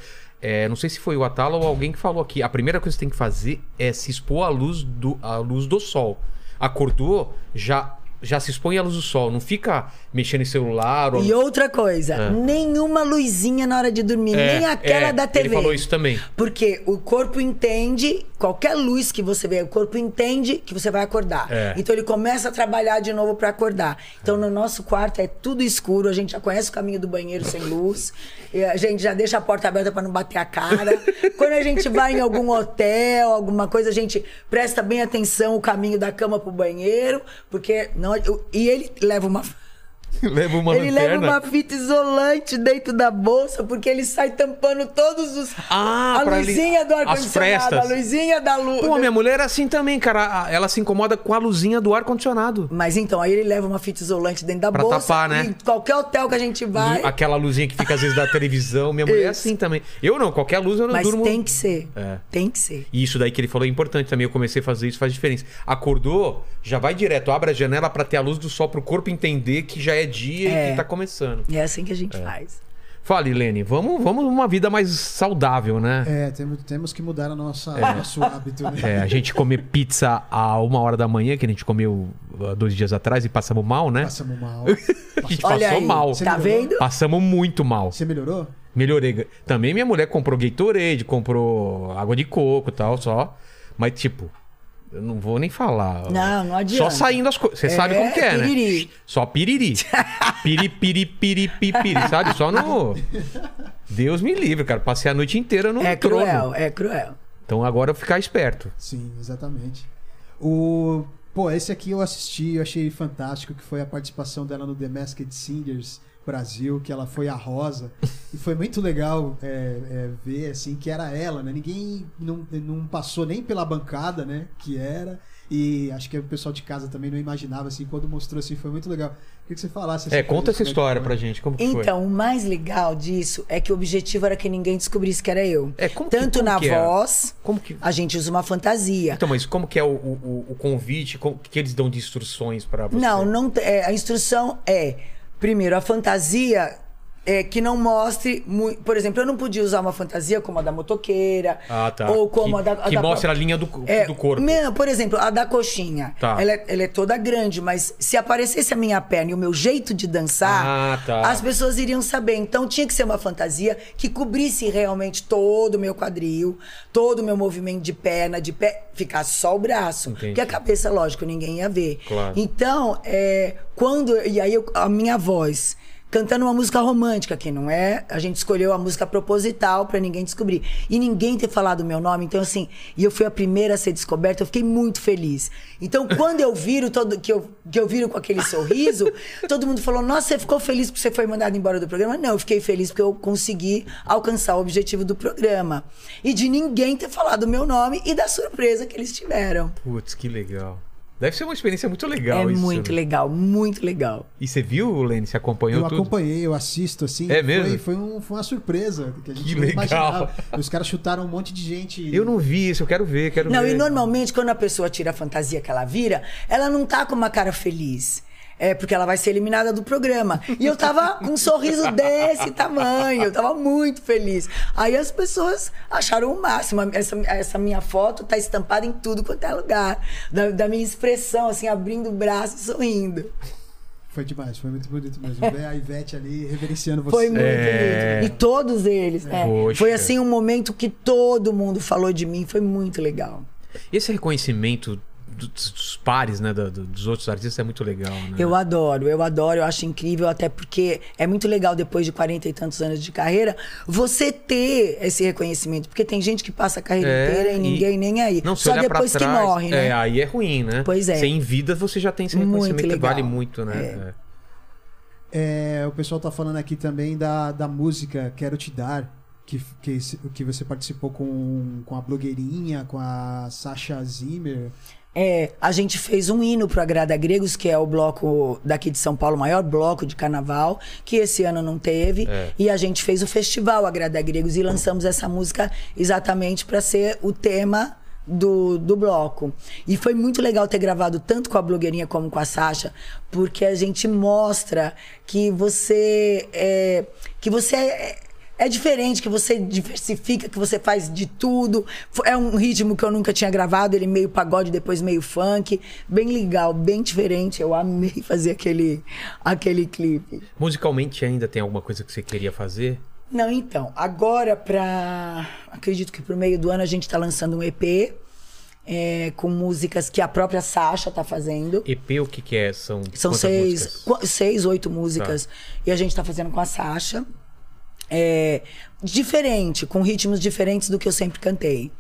S1: é, não sei se foi o Atala ou alguém que falou aqui. A primeira coisa que você tem que fazer é se expor à luz do, à luz do sol. Acordou, já, já se expõe à luz do sol. Não fica mexendo em celular ou.
S3: E outra coisa, nenhuma luzinha na hora de dormir,
S1: É,
S3: nem aquela
S1: é,
S3: da TV.
S1: Ele falou isso também.
S3: Porque o corpo entende, qualquer luz que você vê, o corpo entende que você vai acordar.
S1: É.
S3: Então ele começa a trabalhar de novo pra acordar. Então no nosso quarto é tudo escuro, a gente já conhece o caminho do banheiro sem luz, e a gente já deixa a porta aberta pra não bater a cara. Quando a gente vai em algum hotel, alguma coisa, a gente presta bem atenção o caminho da cama pro banheiro, porque não, e ele leva uma
S1: leva uma
S3: ele
S1: lanterna.
S3: leva uma fita isolante dentro da bolsa, porque ele sai tampando todos os.
S1: Ah,
S3: a
S1: pra ele-
S3: luzinha do
S1: as
S3: ar-condicionado, a
S1: frestas.
S3: luzinha da luz.
S1: Pô, minha mulher é assim também, cara. Ela se incomoda com a luzinha do ar-condicionado.
S3: Mas então, aí ele leva uma fita isolante dentro da
S1: Pra
S3: bolsa.
S1: tapar, né?
S3: Em qualquer hotel que a gente vai.
S1: Lu- Aquela luzinha que fica às vezes da televisão. Minha mulher é assim também. Eu não, qualquer luz eu não
S3: Mas
S1: durmo.
S3: tem que ser.
S1: É.
S3: Tem que ser.
S1: E isso daí que ele falou é importante também. Eu comecei a fazer isso, faz diferença. Acordou, já vai direto, abre a janela pra ter a luz do sol pro corpo entender que já é dia e
S3: É.
S1: que tá começando.
S3: E é assim que a gente faz.
S1: Fala, Lene, vamos, vamos uma vida mais saudável, né?
S2: É, temos, temos que mudar a nossa, nosso hábito, né?
S1: É, a gente comer pizza a uma hora da manhã, que a gente comeu ah, dois dias atrás e passamos mal, né?
S2: Passamos mal.
S1: A gente
S3: Olha
S1: passou
S3: aí,
S1: mal.
S3: Tá
S2: melhorou?
S3: vendo?
S1: Passamos muito mal.
S2: Você melhorou?
S1: Melhorei. Também minha mulher comprou Gatorade, comprou água de coco e tal, só. Mas, tipo, eu não vou nem falar.
S3: Não, não adianta.
S1: Só saindo as coisas. Você sabe como que é,
S3: piriri.
S1: né? Só piriri. Piri, piri, piri, pi, piri, sabe? Só no... Deus me livre, cara. Passei a noite inteira no
S3: é
S1: trono.
S3: cruel, é cruel.
S1: Então agora eu ficar esperto.
S2: Sim, exatamente. O. Pô, esse aqui eu assisti, eu achei fantástico, que foi a participação dela no The Masked Singers Brasil, que ela foi a Rosa. E foi muito legal é, é, ver, assim, que era ela, né? Ninguém não, não passou nem pela bancada, né? Que era. E acho que o pessoal de casa também não imaginava, assim, quando mostrou, assim, foi muito legal. Queria que você falasse. assim,
S1: É, conta essa
S2: desse
S1: história pra
S2: background.
S1: gente. Como que foi?
S3: Então, o mais legal disso é que o objetivo era que ninguém descobrisse que era eu.
S1: É, como que-
S3: Tanto
S1: como
S3: na
S1: que é?
S3: voz,
S1: Como que...
S3: a gente usa uma fantasia.
S1: Então, mas como que é o, o- o convite? Como que eles dão de instruções pra você?
S3: Não, não te- é, a instrução é, primeiro, a fantasia é, que não mostre. mui- Por exemplo, eu não podia usar uma fantasia como a da motoqueira.
S1: Ah, tá.
S3: Ou como
S1: que,
S3: a da. a
S1: Que
S3: da-
S1: mostra a linha do, co-
S3: É,
S1: do corpo.
S3: não, por exemplo, a da coxinha.
S1: Tá.
S3: Ela, é- ela é toda grande, mas se aparecesse a minha perna e o meu jeito de dançar,
S1: Ah, tá.
S3: as pessoas iriam saber. Então tinha que ser uma fantasia que cobrisse realmente todo o meu quadril, todo o meu movimento de perna, de pé, ficasse só o braço.
S1: Entendi.
S3: Porque a cabeça, lógico, ninguém ia ver.
S1: Claro.
S3: Então, é, quando. E aí eu- a minha voz. Cantando uma música romântica, que não é. A gente escolheu a música proposital pra ninguém descobrir. E ninguém ter falado o meu nome. Então, assim, e eu fui a primeira a ser descoberta, eu fiquei muito feliz. Então, quando eu viro, todo, que, eu, que eu viro com aquele sorriso, todo mundo falou: Nossa, você ficou feliz porque você foi mandado embora do programa? Não, eu fiquei feliz porque eu consegui alcançar o objetivo do programa. E de ninguém ter falado o meu nome e da surpresa que eles tiveram.
S1: Putz, que legal. Deve ser uma experiência muito legal
S3: é
S1: isso.
S3: muito
S1: né?
S3: legal, muito legal.
S1: E você viu, Lene? Você acompanhou
S2: Eu
S1: tudo?
S2: acompanhei, eu assisto, assim.
S1: É mesmo?
S2: Foi, foi um- foi uma surpresa que a gente
S1: Que
S2: não
S1: legal.
S2: imaginava. Os caras chutaram um monte de gente.
S1: Eu não vi isso, eu quero ver, quero
S3: Não,
S1: ver.
S3: e normalmente quando a pessoa tira a fantasia que ela vira, ela não tá com uma cara feliz. É porque ela vai ser eliminada do programa. E eu tava com um sorriso desse tamanho, eu tava muito feliz. Aí as pessoas acharam o máximo. Essa, essa minha foto tá estampada em tudo quanto é lugar. Da, da minha expressão, assim, abrindo o braço e sorrindo.
S2: Foi demais, foi muito bonito mesmo. Ver a Ivete ali reverenciando você.
S3: Foi muito
S1: É.
S3: lindo. E todos eles, né?
S1: Poxa.
S3: Foi assim um momento que todo mundo falou de mim, foi muito legal.
S1: Esse reconhecimento do- dos, dos pares, né? da- do- dos outros artistas é muito legal, né?
S3: Eu adoro, eu adoro, eu acho incrível, até porque é muito legal depois de 40 e tantos anos de carreira você ter esse reconhecimento, porque tem gente que passa a carreira
S1: É,
S3: inteira e
S1: e-
S3: ninguém nem aí.
S1: Não, se
S3: Só
S1: olhar pra
S3: depois que
S1: trás,
S3: morre, né?
S1: É, aí é ruim, né?
S3: Pois é.
S1: Se em vida você já tem esse
S3: Muito
S1: reconhecimento, que
S3: legal.
S1: vale muito, né?
S2: É, o pessoal tá falando aqui também da, da música Quero Te Dar, que, que, esse- que você participou com, com a blogueirinha, com a Sasha Zimmer.
S3: É, a gente fez um hino pro Agrada Gregos, que é o bloco daqui de São Paulo, o maior bloco de carnaval, que esse ano não teve. E a gente fez o festival Agrada Gregos e lançamos essa música exatamente para ser o tema do, do bloco. E foi muito legal ter gravado tanto com a blogueirinha como com a Sasha, porque a gente mostra que você é, que você é, é diferente, que você diversifica, que você faz de tudo. Fo- É um ritmo que eu nunca tinha gravado, ele meio pagode, depois meio funk. Bem legal, bem diferente. Eu amei fazer aquele, aquele clipe.
S1: Musicalmente ainda tem alguma coisa que você queria fazer?
S3: Não, então, agora pra. Acredito que pro meio do ano a gente tá lançando um EP é, com músicas que a própria Sasha tá fazendo.
S1: EP, o que que é? São,
S3: São
S1: quantas
S3: seis,
S1: músicas?
S3: qu- seis, oito músicas. E a gente tá fazendo com a Sasha. É, diferente, com ritmos diferentes do que eu sempre cantei.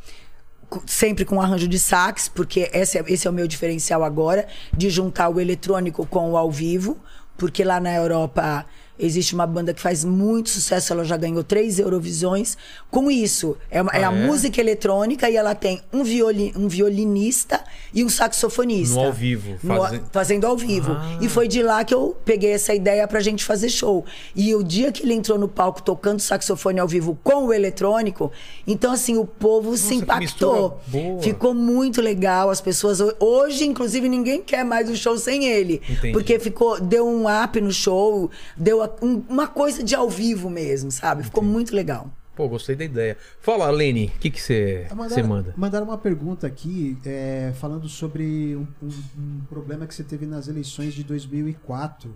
S3: Co- Sempre com arranjo de sax, porque esse é, esse é o meu diferencial agora, de juntar o eletrônico com o ao vivo, porque lá na Europa existe uma banda que faz muito sucesso, ela já ganhou três Eurovisões. Com isso, é, uma- é a
S1: Ah, é?
S3: música eletrônica e ela tem um, violi, um violinista e um saxofonista.
S1: No ao vivo,
S3: No a-
S1: fazendo-
S3: fazendo ao vivo.
S1: Ah.
S3: E foi de lá que eu peguei essa ideia pra gente fazer show. E o dia que ele entrou no palco tocando saxofone ao vivo com o eletrônico, então assim, o povo se
S1: que
S3: impactou.
S1: mistura boa.
S3: Ficou muito legal, as pessoas ho- hoje inclusive ninguém quer mais um show sem ele,
S1: Entendi.
S3: porque ficou deu um up no show, deu a- um- uma coisa de ao vivo mesmo, sabe? Ficou muito legal.
S1: Pô, gostei da ideia. Fala, Lene, o que que você
S3: Tá
S1: você manda?
S2: É, Mandaram uma pergunta aqui é, falando sobre um, um- um problema que você teve nas eleições de 2004.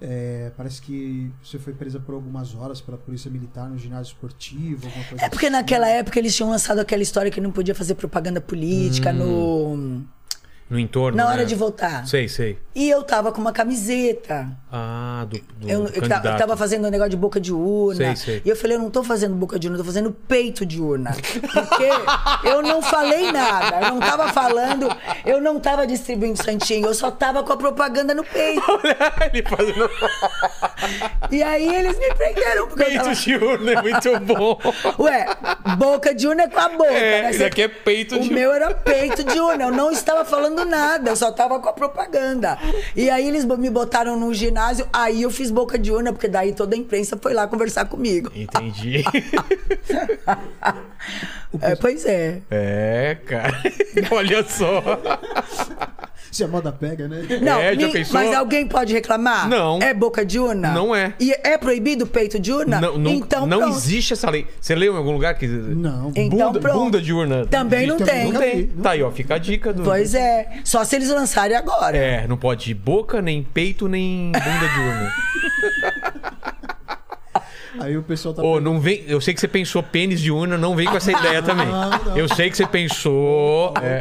S2: É, parece que você foi presa por algumas horas pela polícia militar no ginásio esportivo, alguma coisa
S3: É porque
S2: assim.
S3: naquela época eles tinham lançado aquela história que não podia fazer propaganda política
S1: Hum.
S3: no
S1: No entorno,
S3: na hora
S1: né?
S3: de voltar.
S1: Sei, sei.
S3: E eu tava com uma camiseta.
S1: Ah, do, do
S3: Eu, eu, ta-
S1: candidato.
S3: eu tava fazendo um negócio de boca de urna.
S1: Sei, sei.
S3: E eu falei, eu não tô fazendo boca de urna, eu tô fazendo peito de urna. Porque eu não falei nada. Eu não tava falando, eu não tava distribuindo santinho, eu só tava com a propaganda no peito.
S1: Ah, Ele fazendo
S3: E aí eles me prenderam. Porque eu
S1: peito
S3: tava...
S1: de urna, é muito bom.
S3: Ué, boca de urna é com a boca,
S1: É,
S3: né?
S1: isso
S3: Você-
S1: aqui é peito
S3: o
S1: de
S3: meu era peito de urna, eu não estava falando nada, eu só estava com a propaganda. E aí eles bo- me botaram num ginásio, aí eu fiz boca de urna, porque daí toda a imprensa foi lá conversar comigo.
S1: Entendi.
S3: É, pois é.
S1: É, cara. Olha só.
S2: Se a moda pega, né?
S3: Não,
S1: É, já
S3: me-
S1: pensou?
S3: mas alguém pode reclamar?
S1: Não.
S3: É boca de urna?
S1: Não é.
S3: E é proibido o peito de urna?
S1: Não, não,
S3: então,
S1: não
S3: pronto.
S1: existe essa lei. Você leu em algum lugar que.
S2: Não.
S3: Então,
S1: bunda,
S3: pronto.
S1: bunda de urna.
S3: Também não
S2: Também
S3: tem.
S1: Não
S2: nunca
S1: tem.
S2: vi, não
S1: Tá aí, ó. Fica a dica do.
S3: Pois é. Só se eles lançarem agora.
S1: É, não pode boca, nem peito, nem bunda de urna.
S2: Aí o pessoal tá.
S1: Ô, não vem. Eu sei que você pensou pênis de urna, não vem com essa ideia também.
S2: não.
S1: Eu sei que você pensou. É.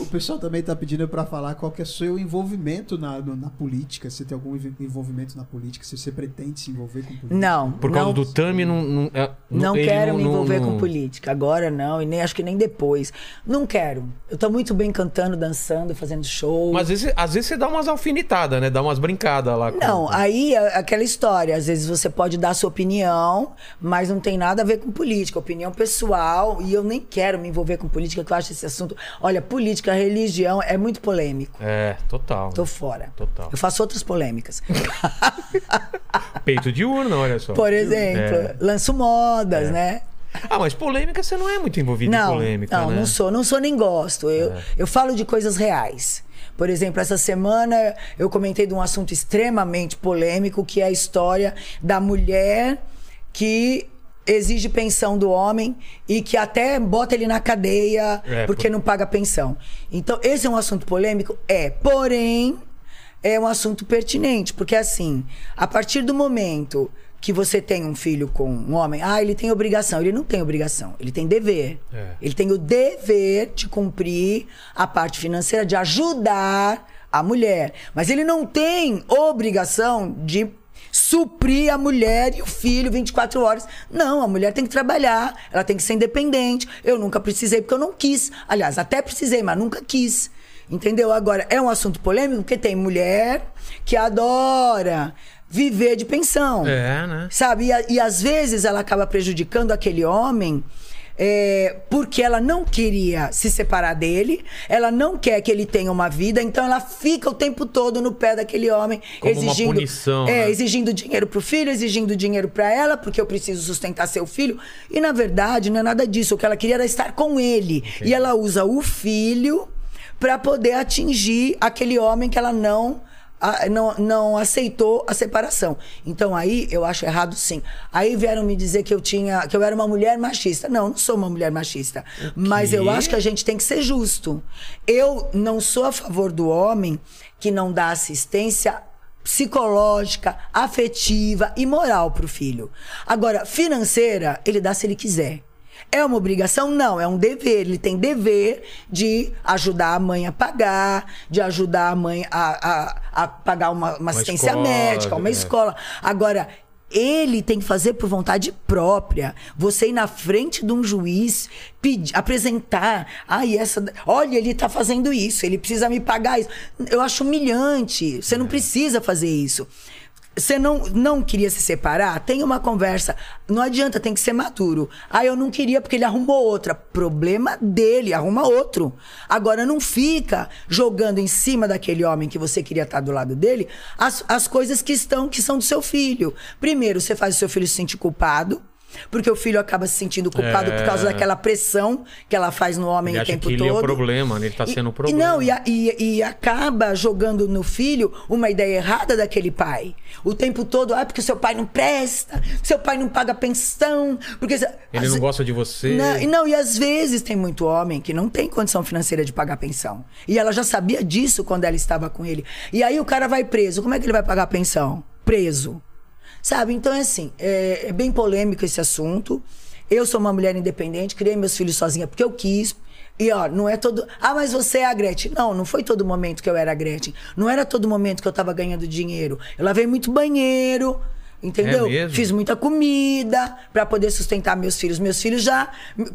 S2: O pessoal também tá pedindo pra falar qual que é o seu envolvimento na, no- na política. Se tem algum env- envolvimento na política, se você pretende se envolver com política.
S3: Não.
S1: Por causa
S3: não,
S1: do Tami, não. Não, é,
S3: Não
S1: ele
S3: quero me
S1: não-
S3: envolver
S1: não-
S3: com política. Agora não, e nem acho que nem depois. Não quero. Eu tô muito bem cantando, dançando, fazendo show.
S1: Mas às vezes, às vezes você dá umas alfinetadas, né? Dá umas brincadas lá. com-
S3: Não, aí é aquela história. Às vezes você pode dar sua opinião, mas não tem nada a ver com política. Opinião pessoal, e eu nem quero me envolver com política, que eu acho esse assunto. Olha, política, religião é muito polêmico.
S1: É, total.
S3: Tô fora.
S1: Total.
S3: Eu faço outras polêmicas.
S1: Peito de urna, olha só.
S3: Por exemplo,
S1: É.
S3: lanço modas, né?
S1: Ah, mas polêmica você não é muito envolvido
S3: Não,
S1: em polêmica,
S3: não,
S1: né? É.
S3: não sou, não sou nem gosto. Eu, eu falo de coisas reais. Por exemplo, essa semana eu comentei de um assunto extremamente polêmico, que é a história da mulher que exige pensão do homem e que até bota ele na cadeia
S1: É,
S3: porque
S1: por-
S3: não paga pensão. Então, esse é um assunto polêmico? É. Porém, é um assunto pertinente, porque assim, a partir do momento que você tem um filho com um homem, ah, ele tem obrigação. Ele não tem obrigação, ele tem dever.
S1: É.
S3: Ele tem o dever de cumprir a parte financeira, de ajudar a mulher. Mas ele não tem obrigação de suprir a mulher e o filho 24 horas. Não, a mulher tem que trabalhar, ela tem que ser independente. Eu nunca precisei porque eu não quis. Aliás, até precisei, mas nunca quis. Entendeu? Agora, é um assunto polêmico porque tem mulher que adora viver de pensão.
S1: É, né?
S3: Sabe? E, a- e às vezes ela acaba prejudicando aquele homem é, porque ela não queria se separar dele, ela não quer que ele tenha uma vida, então ela fica o tempo todo no pé daquele homem,
S1: Como uma
S3: exigindo.
S1: punição,
S3: é,
S1: né?
S3: exigindo dinheiro pro filho, exigindo dinheiro pra ela, porque eu preciso sustentar seu filho. E na verdade, não é nada disso. O que ela queria era estar com ele. E ela usa o filho pra poder atingir aquele homem que ela não a- não, não aceitou a separação. Então aí eu acho errado sim. Aí vieram me dizer que eu tinha, que eu era uma mulher machista. Não, eu não sou uma mulher machista. Mas eu acho que a gente tem que ser justo. Eu não sou a favor do homem que não dá assistência psicológica, afetiva e moral pro filho. Agora, financeira, ele dá se ele quiser. É uma obrigação? Não, é um dever. Ele tem dever de ajudar a mãe a pagar, de ajudar a mãe a, a, a pagar uma, uma assistência
S1: escola,
S3: médica, uma
S1: é.
S3: escola. Agora, ele tem que fazer por vontade própria. Você ir na frente de um juiz, pedir, apresentar. Ai, essa. Olha, ele tá fazendo isso, ele precisa me pagar isso. Eu acho humilhante. Você não precisa fazer isso. Você não, não queria se separar? Tem uma conversa. Não adianta, tem que ser maduro. Ah, eu não queria porque ele arrumou outra. Problema dele, arruma outro. Agora, não fica jogando em cima daquele homem que você queria estar do lado dele as, as coisas que estão, que são do seu filho. Primeiro, você faz o seu filho se sentir culpado. Porque o filho acaba se sentindo culpado
S1: É.
S3: por causa daquela pressão que ela faz no homem
S1: Ele
S3: o
S1: acha
S3: tempo
S1: que ele
S3: todo.
S1: é o problema, né? Ele tá
S3: E-
S1: sendo o
S3: E
S1: problema.
S3: não, e, a- e- e acaba jogando no filho uma ideia errada daquele pai. O tempo todo, ah, porque seu pai não presta, seu pai não paga pensão, porque...
S1: Ele não gosta de você.
S3: Não, e não, e às vezes tem muito homem que não tem condição financeira de pagar pensão. E ela já sabia disso quando ela estava com ele. E aí o cara vai preso. Como é que ele vai pagar a pensão? Preso. Sabe? Então é assim, é, é bem polêmico esse assunto. Eu sou uma mulher independente, criei meus filhos sozinha porque eu quis. E ó, não é todo. Ah, mas você é a Gretchen. Não, não foi todo momento que eu era a Gretchen. Não era todo momento que eu tava ganhando dinheiro. Eu lavei muito banheiro, entendeu?
S1: mesmo?
S3: Fiz muita comida para poder sustentar meus filhos. Meus filhos já,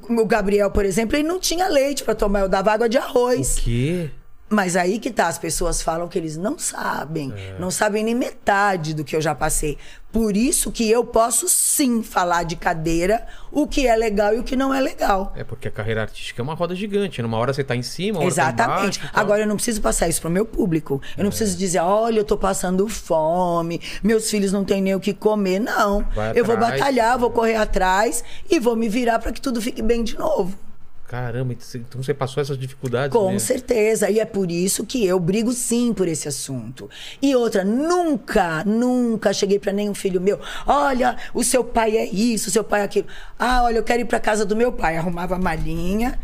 S3: o Gabriel, por exemplo, ele não tinha leite para tomar, eu dava água de
S1: O
S3: arroz.
S1: quê?
S3: Mas aí que tá, as pessoas falam que eles não sabem,
S1: É.
S3: não sabem nem metade do que eu já passei. Por isso que eu posso sim falar de cadeira o que é legal e o que não é legal.
S1: É porque a carreira artística é uma roda gigante. Numa hora você tá em cima, uma hora
S3: Exatamente.
S1: Tá embaixo, e tal. É.
S3: Agora eu não preciso passar isso pro meu público. Eu não preciso dizer, olha, eu tô passando fome, meus filhos não têm nem o que comer, não.
S1: Vai
S3: eu vou
S1: atrás.
S3: batalhar, vou correr atrás e vou me virar para que tudo fique bem de novo.
S1: Caramba, então você passou essas dificuldades.
S3: Com
S1: mesmo.
S3: certeza. E é por isso que eu brigo sim por esse assunto. E outra, nunca, nunca cheguei para nenhum filho meu. Olha, o seu pai é isso, o seu pai é aquilo. Ah, olha, eu quero ir para casa do meu pai. Arrumava a malinha.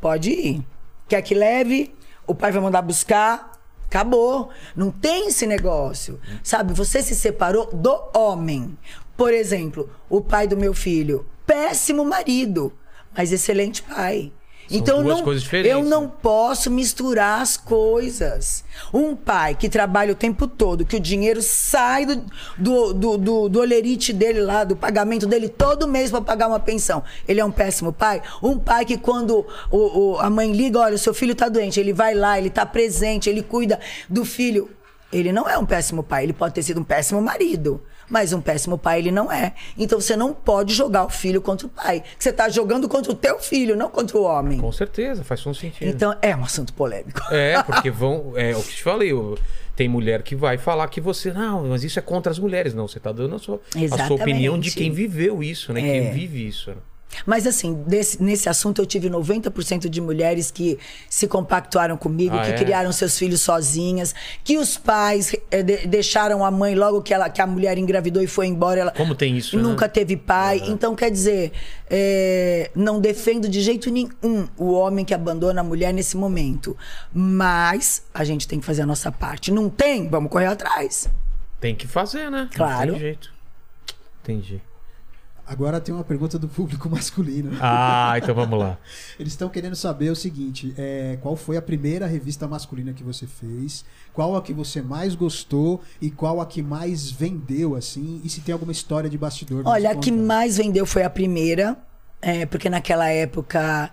S3: Pode ir. Quer que leve? O pai vai mandar buscar. Acabou. Não tem esse negócio. Sabe, você se separou do homem. Por exemplo, o pai do meu filho, péssimo marido, mas excelente pai. então eu
S1: duas
S3: não,
S1: coisas diferentes,
S3: eu não
S1: né?
S3: posso misturar as coisas. Um pai que trabalha o tempo todo, que o dinheiro sai do, do, do, do, do olerite dele lá, do pagamento dele todo mês para pagar uma pensão. Ele é um péssimo pai. Um pai que quando o, o- a mãe liga, olha, o seu filho tá doente, ele vai lá, ele tá presente, ele cuida do filho. Ele não é um péssimo pai, ele pode ter sido um péssimo marido, mas um péssimo pai ele não é. Então você não pode jogar o filho contra o pai. Você tá jogando contra o teu filho, não contra o homem.
S1: Com certeza, faz todo sentido.
S3: Então é um assunto polêmico.
S1: É, porque vão. É o que te falei. o- tem mulher que vai falar que você. Não, mas isso é contra as mulheres. Não, você tá dando a sua, a sua
S3: Exatamente. É.
S1: opinião de quem viveu isso, né? Quem vive isso. né?
S3: Mas assim, desse- nesse assunto eu tive 90% de mulheres que se compactuaram comigo,
S1: Ah,
S3: que
S1: é?
S3: criaram seus filhos sozinhas, que os pais eh, de- deixaram a mãe logo que, ela, que a mulher engravidou e foi embora. Ela
S1: Como tem isso, né?
S3: Nunca teve pai. Então, quer dizer, eh, não defendo de jeito nenhum o homem que abandona a mulher nesse momento. Mas a gente tem que fazer a nossa parte. Não tem? Vamos correr atrás.
S1: Tem que fazer, né?
S3: Claro.
S1: Não tem jeito. Entendi.
S2: Agora tem uma pergunta do público masculino.
S1: Ah, então vamos lá.
S2: Eles estão querendo saber o seguinte: é, qual foi a primeira revista masculina que você fez? Qual a que você mais gostou e qual a que mais vendeu, assim? E se tem alguma história de bastidor? pra
S3: Olha,
S2: nos
S3: a que
S2: contar.
S3: mais vendeu foi a primeira, é, porque naquela época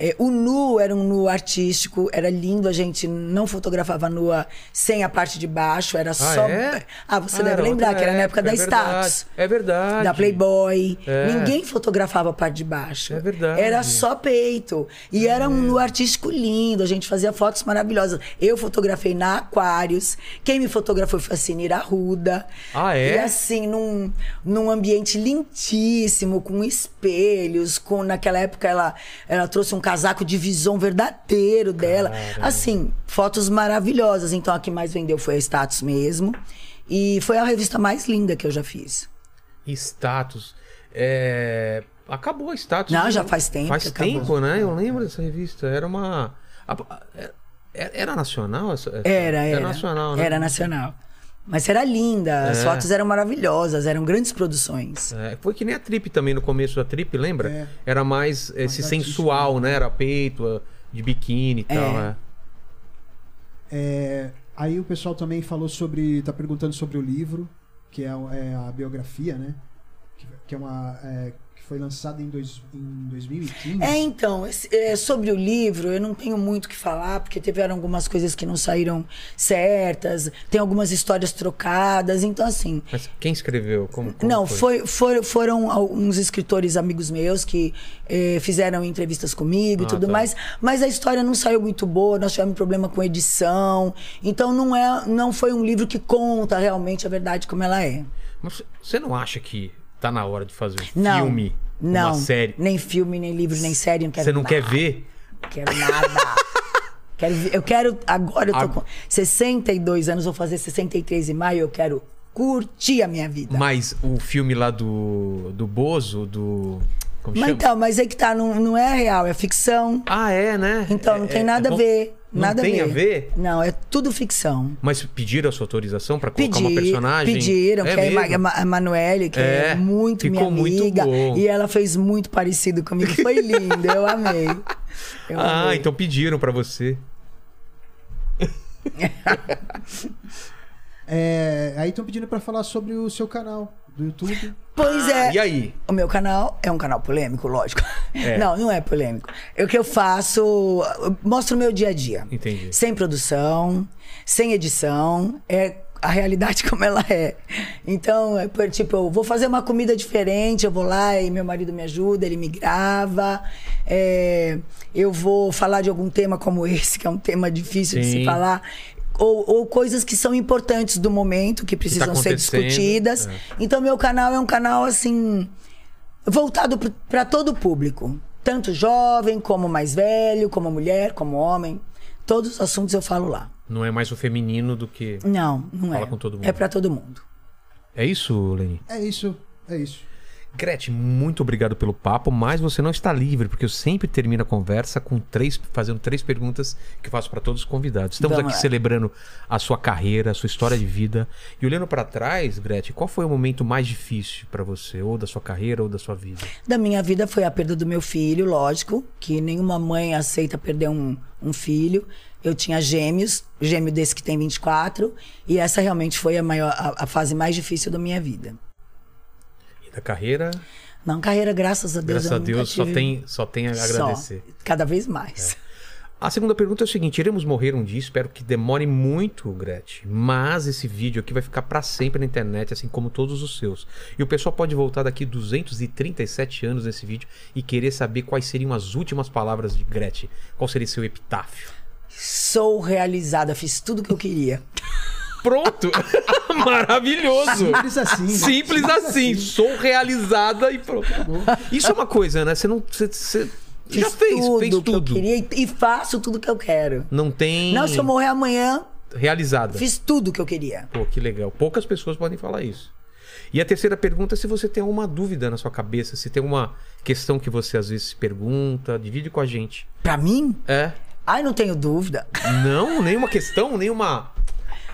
S3: é, o nu era um nu artístico, era lindo, a gente não fotografava nua sem a parte de baixo, era só.
S1: é?
S3: Ah, você
S1: Ah,
S3: deve
S1: era
S3: lembrar
S1: outra
S3: que era na época da
S1: é verdade,
S3: status.
S1: É verdade.
S3: Da Playboy.
S1: É.
S3: Ninguém fotografava a parte de baixo.
S1: É verdade. É.
S3: Era só peito. E era um nu artístico lindo. A gente fazia fotos maravilhosas. Eu fotografei na Aquários. Quem me fotografou foi a Cinira Arruda.
S1: Ah, é?
S3: E assim, num, num ambiente lindíssimo, com espelhos, com... Naquela época, ela, ela trouxe um casaco de visão verdadeiro dela. Assim, fotos maravilhosas. Então, a que mais vendeu foi a Status mesmo. E foi a revista mais linda que eu já fiz.
S1: Status. É... Acabou a status.
S3: Não, já faz tempo
S1: Faz
S3: que acabou.
S1: tempo, né? Eu lembro dessa revista. Era uma. a- a- Era era nacional? Essa... essa-
S3: Era, era.
S1: nacional, né?
S3: Era nacional. Mas era linda, as
S1: É.
S3: fotos eram maravilhosas, eram grandes produções.
S1: É, foi que nem a Trip também no começo da Trip, lembra?
S2: É.
S1: Era mais esse
S2: artístico,
S1: sensual, né? Era peito, de biquíni e tal. né?
S2: É, aí o pessoal também falou sobre. tá perguntando sobre o livro, que é, o- é a biografia, né? Que, que é uma. é, que foi lançada em, dois, em 2015.
S3: É, então, esse- é, sobre o livro, eu não tenho muito o que falar, porque tiveram algumas coisas que não saíram certas, tem algumas histórias trocadas, então assim.
S1: Mas quem escreveu? Como, como
S3: Não, foi, for- foram alguns escritores amigos meus que eh, fizeram entrevistas comigo e
S1: Ah,
S3: tudo
S1: tá.
S3: mais, mas a história não saiu muito boa, nós tivemos problema com edição, então não, é, não foi um livro que conta realmente a verdade como ela é.
S1: Mas você não acha que tá na hora de fazer um
S3: Não,
S1: filme?
S3: não,
S1: Uma série?
S3: nem filme, nem livro, nem série, não quero
S1: Você não
S3: nada,
S1: quer ver?
S3: quero nada. quero, vi- eu quero, agora eu tô
S1: Ag-
S3: com 62 anos, vou fazer 63 em maio, eu quero curtir a minha vida.
S1: Mas o filme lá do, do Bozo, do. Como
S3: Mas
S1: chama?
S3: então, mas é que tá, não, não é real, é ficção.
S1: Ah, é, né?
S3: Então,
S1: É-
S3: não tem
S1: é-
S3: nada
S1: não-
S3: a ver.
S1: não
S3: nada
S1: tem
S3: a,
S1: a
S3: ver.
S1: ver?
S3: Não, é tudo ficção.
S1: Mas pediram a sua autorização pra colocar
S3: Pedi,
S1: uma personagem?
S3: pediram,
S1: é
S3: que é a Ma-
S1: mesmo?
S3: a Ma- a Manuele, que é,
S1: É,
S3: muito
S1: ficou
S3: minha
S1: muito
S3: amiga.
S1: bom.
S3: E ela fez muito parecido comigo. Foi lindo, eu amei. Eu
S1: Ah,
S3: amei.
S1: então pediram pra você.
S2: É, aí estão pedindo pra falar sobre o seu canal do YouTube.
S3: Pois é.
S1: E aí?
S3: O meu canal é um canal polêmico, lógico. Não, não é polêmico. É O que eu faço, eu mostro o meu dia a dia.
S1: Entendi.
S3: Sem produção, sem edição, é a realidade como ela é. Então, é por- tipo, eu vou fazer uma comida diferente, eu vou lá e meu marido me ajuda, ele me grava. É, eu vou falar de algum tema como esse, que é um tema difícil de
S1: Sim.
S3: se falar. Ou, ou coisas que são importantes do momento, que precisam ser
S1: acontecendo,
S3: discutidas.
S1: é.
S3: Então, meu canal é um canal assim voltado para todo o público. Tanto jovem, como mais velho, como mulher, como homem. Todos os assuntos eu falo lá.
S1: Não é mais o feminino do que.
S3: Não, não
S1: Fala
S3: é.
S1: com todo mundo.
S3: É pra todo mundo.
S1: É isso, Leni?
S2: É isso, é isso.
S1: Gretchen, muito obrigado pelo papo, mas você não está livre, porque eu sempre termino a conversa com três, fazendo três perguntas que eu faço para todos os convidados. Estamos
S3: Vamos
S1: aqui
S3: lá.
S1: celebrando a sua carreira, a sua história de vida. E olhando para trás, Gretchen, qual foi o momento mais difícil para você, ou da sua carreira, ou da sua vida?
S3: Da minha vida foi a perda do meu filho, lógico, que nenhuma mãe aceita perder um, um filho. Eu tinha gêmeos, gêmeo desse que tem 24, e essa realmente foi a, maior, a, a fase mais difícil da minha vida.
S1: E da carreira,
S3: Não, carreira, graças a Deus.
S1: graças
S3: eu
S1: a
S3: nunca
S1: Deus, só
S3: tive-
S1: tem, só tem a
S3: só.
S1: agradecer.
S3: cada vez mais.
S1: A segunda pergunta é o seguinte: iremos morrer um dia, espero que demore muito, Gretchen. Mas esse vídeo aqui vai ficar pra sempre na internet, assim como todos os seus. E o pessoal pode voltar daqui 237 anos nesse vídeo e querer saber quais seriam as últimas palavras de Gretchen. Qual seria seu epitáfio?
S3: Sou realizada, fiz tudo o que eu queria.
S1: Pronto! Maravilhoso!
S2: Simples assim. né?
S1: Simples assim, sou realizada e pronto. Isso é uma coisa, né? Você não. Você, você
S3: Fiz
S1: já fez,
S3: tudo
S1: fez
S3: o que eu
S1: tudo.
S3: queria e, e faço tudo o que eu quero.
S1: Não tem.
S3: Não, se eu morrer amanhã,
S1: Realizada.
S3: fiz tudo o que eu queria.
S1: Pô, que legal. Poucas pessoas podem falar isso. E a terceira pergunta é se você tem alguma dúvida na sua cabeça, se tem uma questão que você às vezes se pergunta, divide com a gente.
S3: Pra mim,
S1: É?
S3: ai, não tenho dúvida.
S1: Não, nenhuma questão, nenhuma,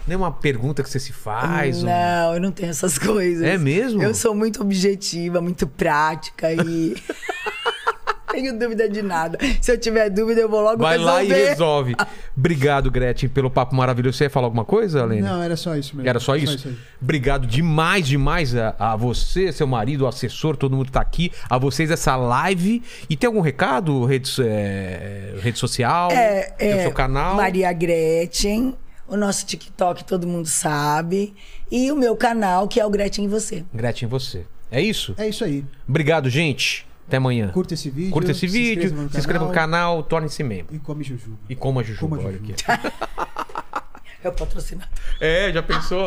S1: nenhuma pergunta que você se faz. um-
S3: Não, eu não tenho essas coisas.
S1: É mesmo?
S3: Eu sou muito objetiva, muito prática e. tenho dúvida de nada. Se eu tiver dúvida, eu vou logo
S1: Vai
S3: resolver.
S1: lá e resolve. Obrigado, Gretchen, pelo papo maravilhoso. Você ia falar alguma coisa, Alene?
S2: Não, era É, só isso mesmo.
S1: Era só isso?
S2: aí.
S1: Obrigado demais, demais a, a você, seu marido, o assessor, todo mundo que tá aqui, a vocês essa live. E tem algum recado? Rede, so- é, rede social?
S3: É,
S1: Tem o
S3: é,
S1: seu canal?
S3: Maria Gretchen, o nosso TikTok todo mundo sabe. E o meu canal, que é o Gretchen e Você.
S1: Gretchen, você. É isso?
S2: É isso aí.
S1: Obrigado, gente. Até amanhã.
S2: Curta esse vídeo.
S1: Curta esse vídeo,
S2: Se inscreva no canal,
S1: canal, torne-se membro.
S2: E come jujuba.
S1: E coma Juju.
S2: Coma
S1: olha
S2: jujuba.
S1: aqui.
S3: É o patrocinador.
S1: É, já pensou?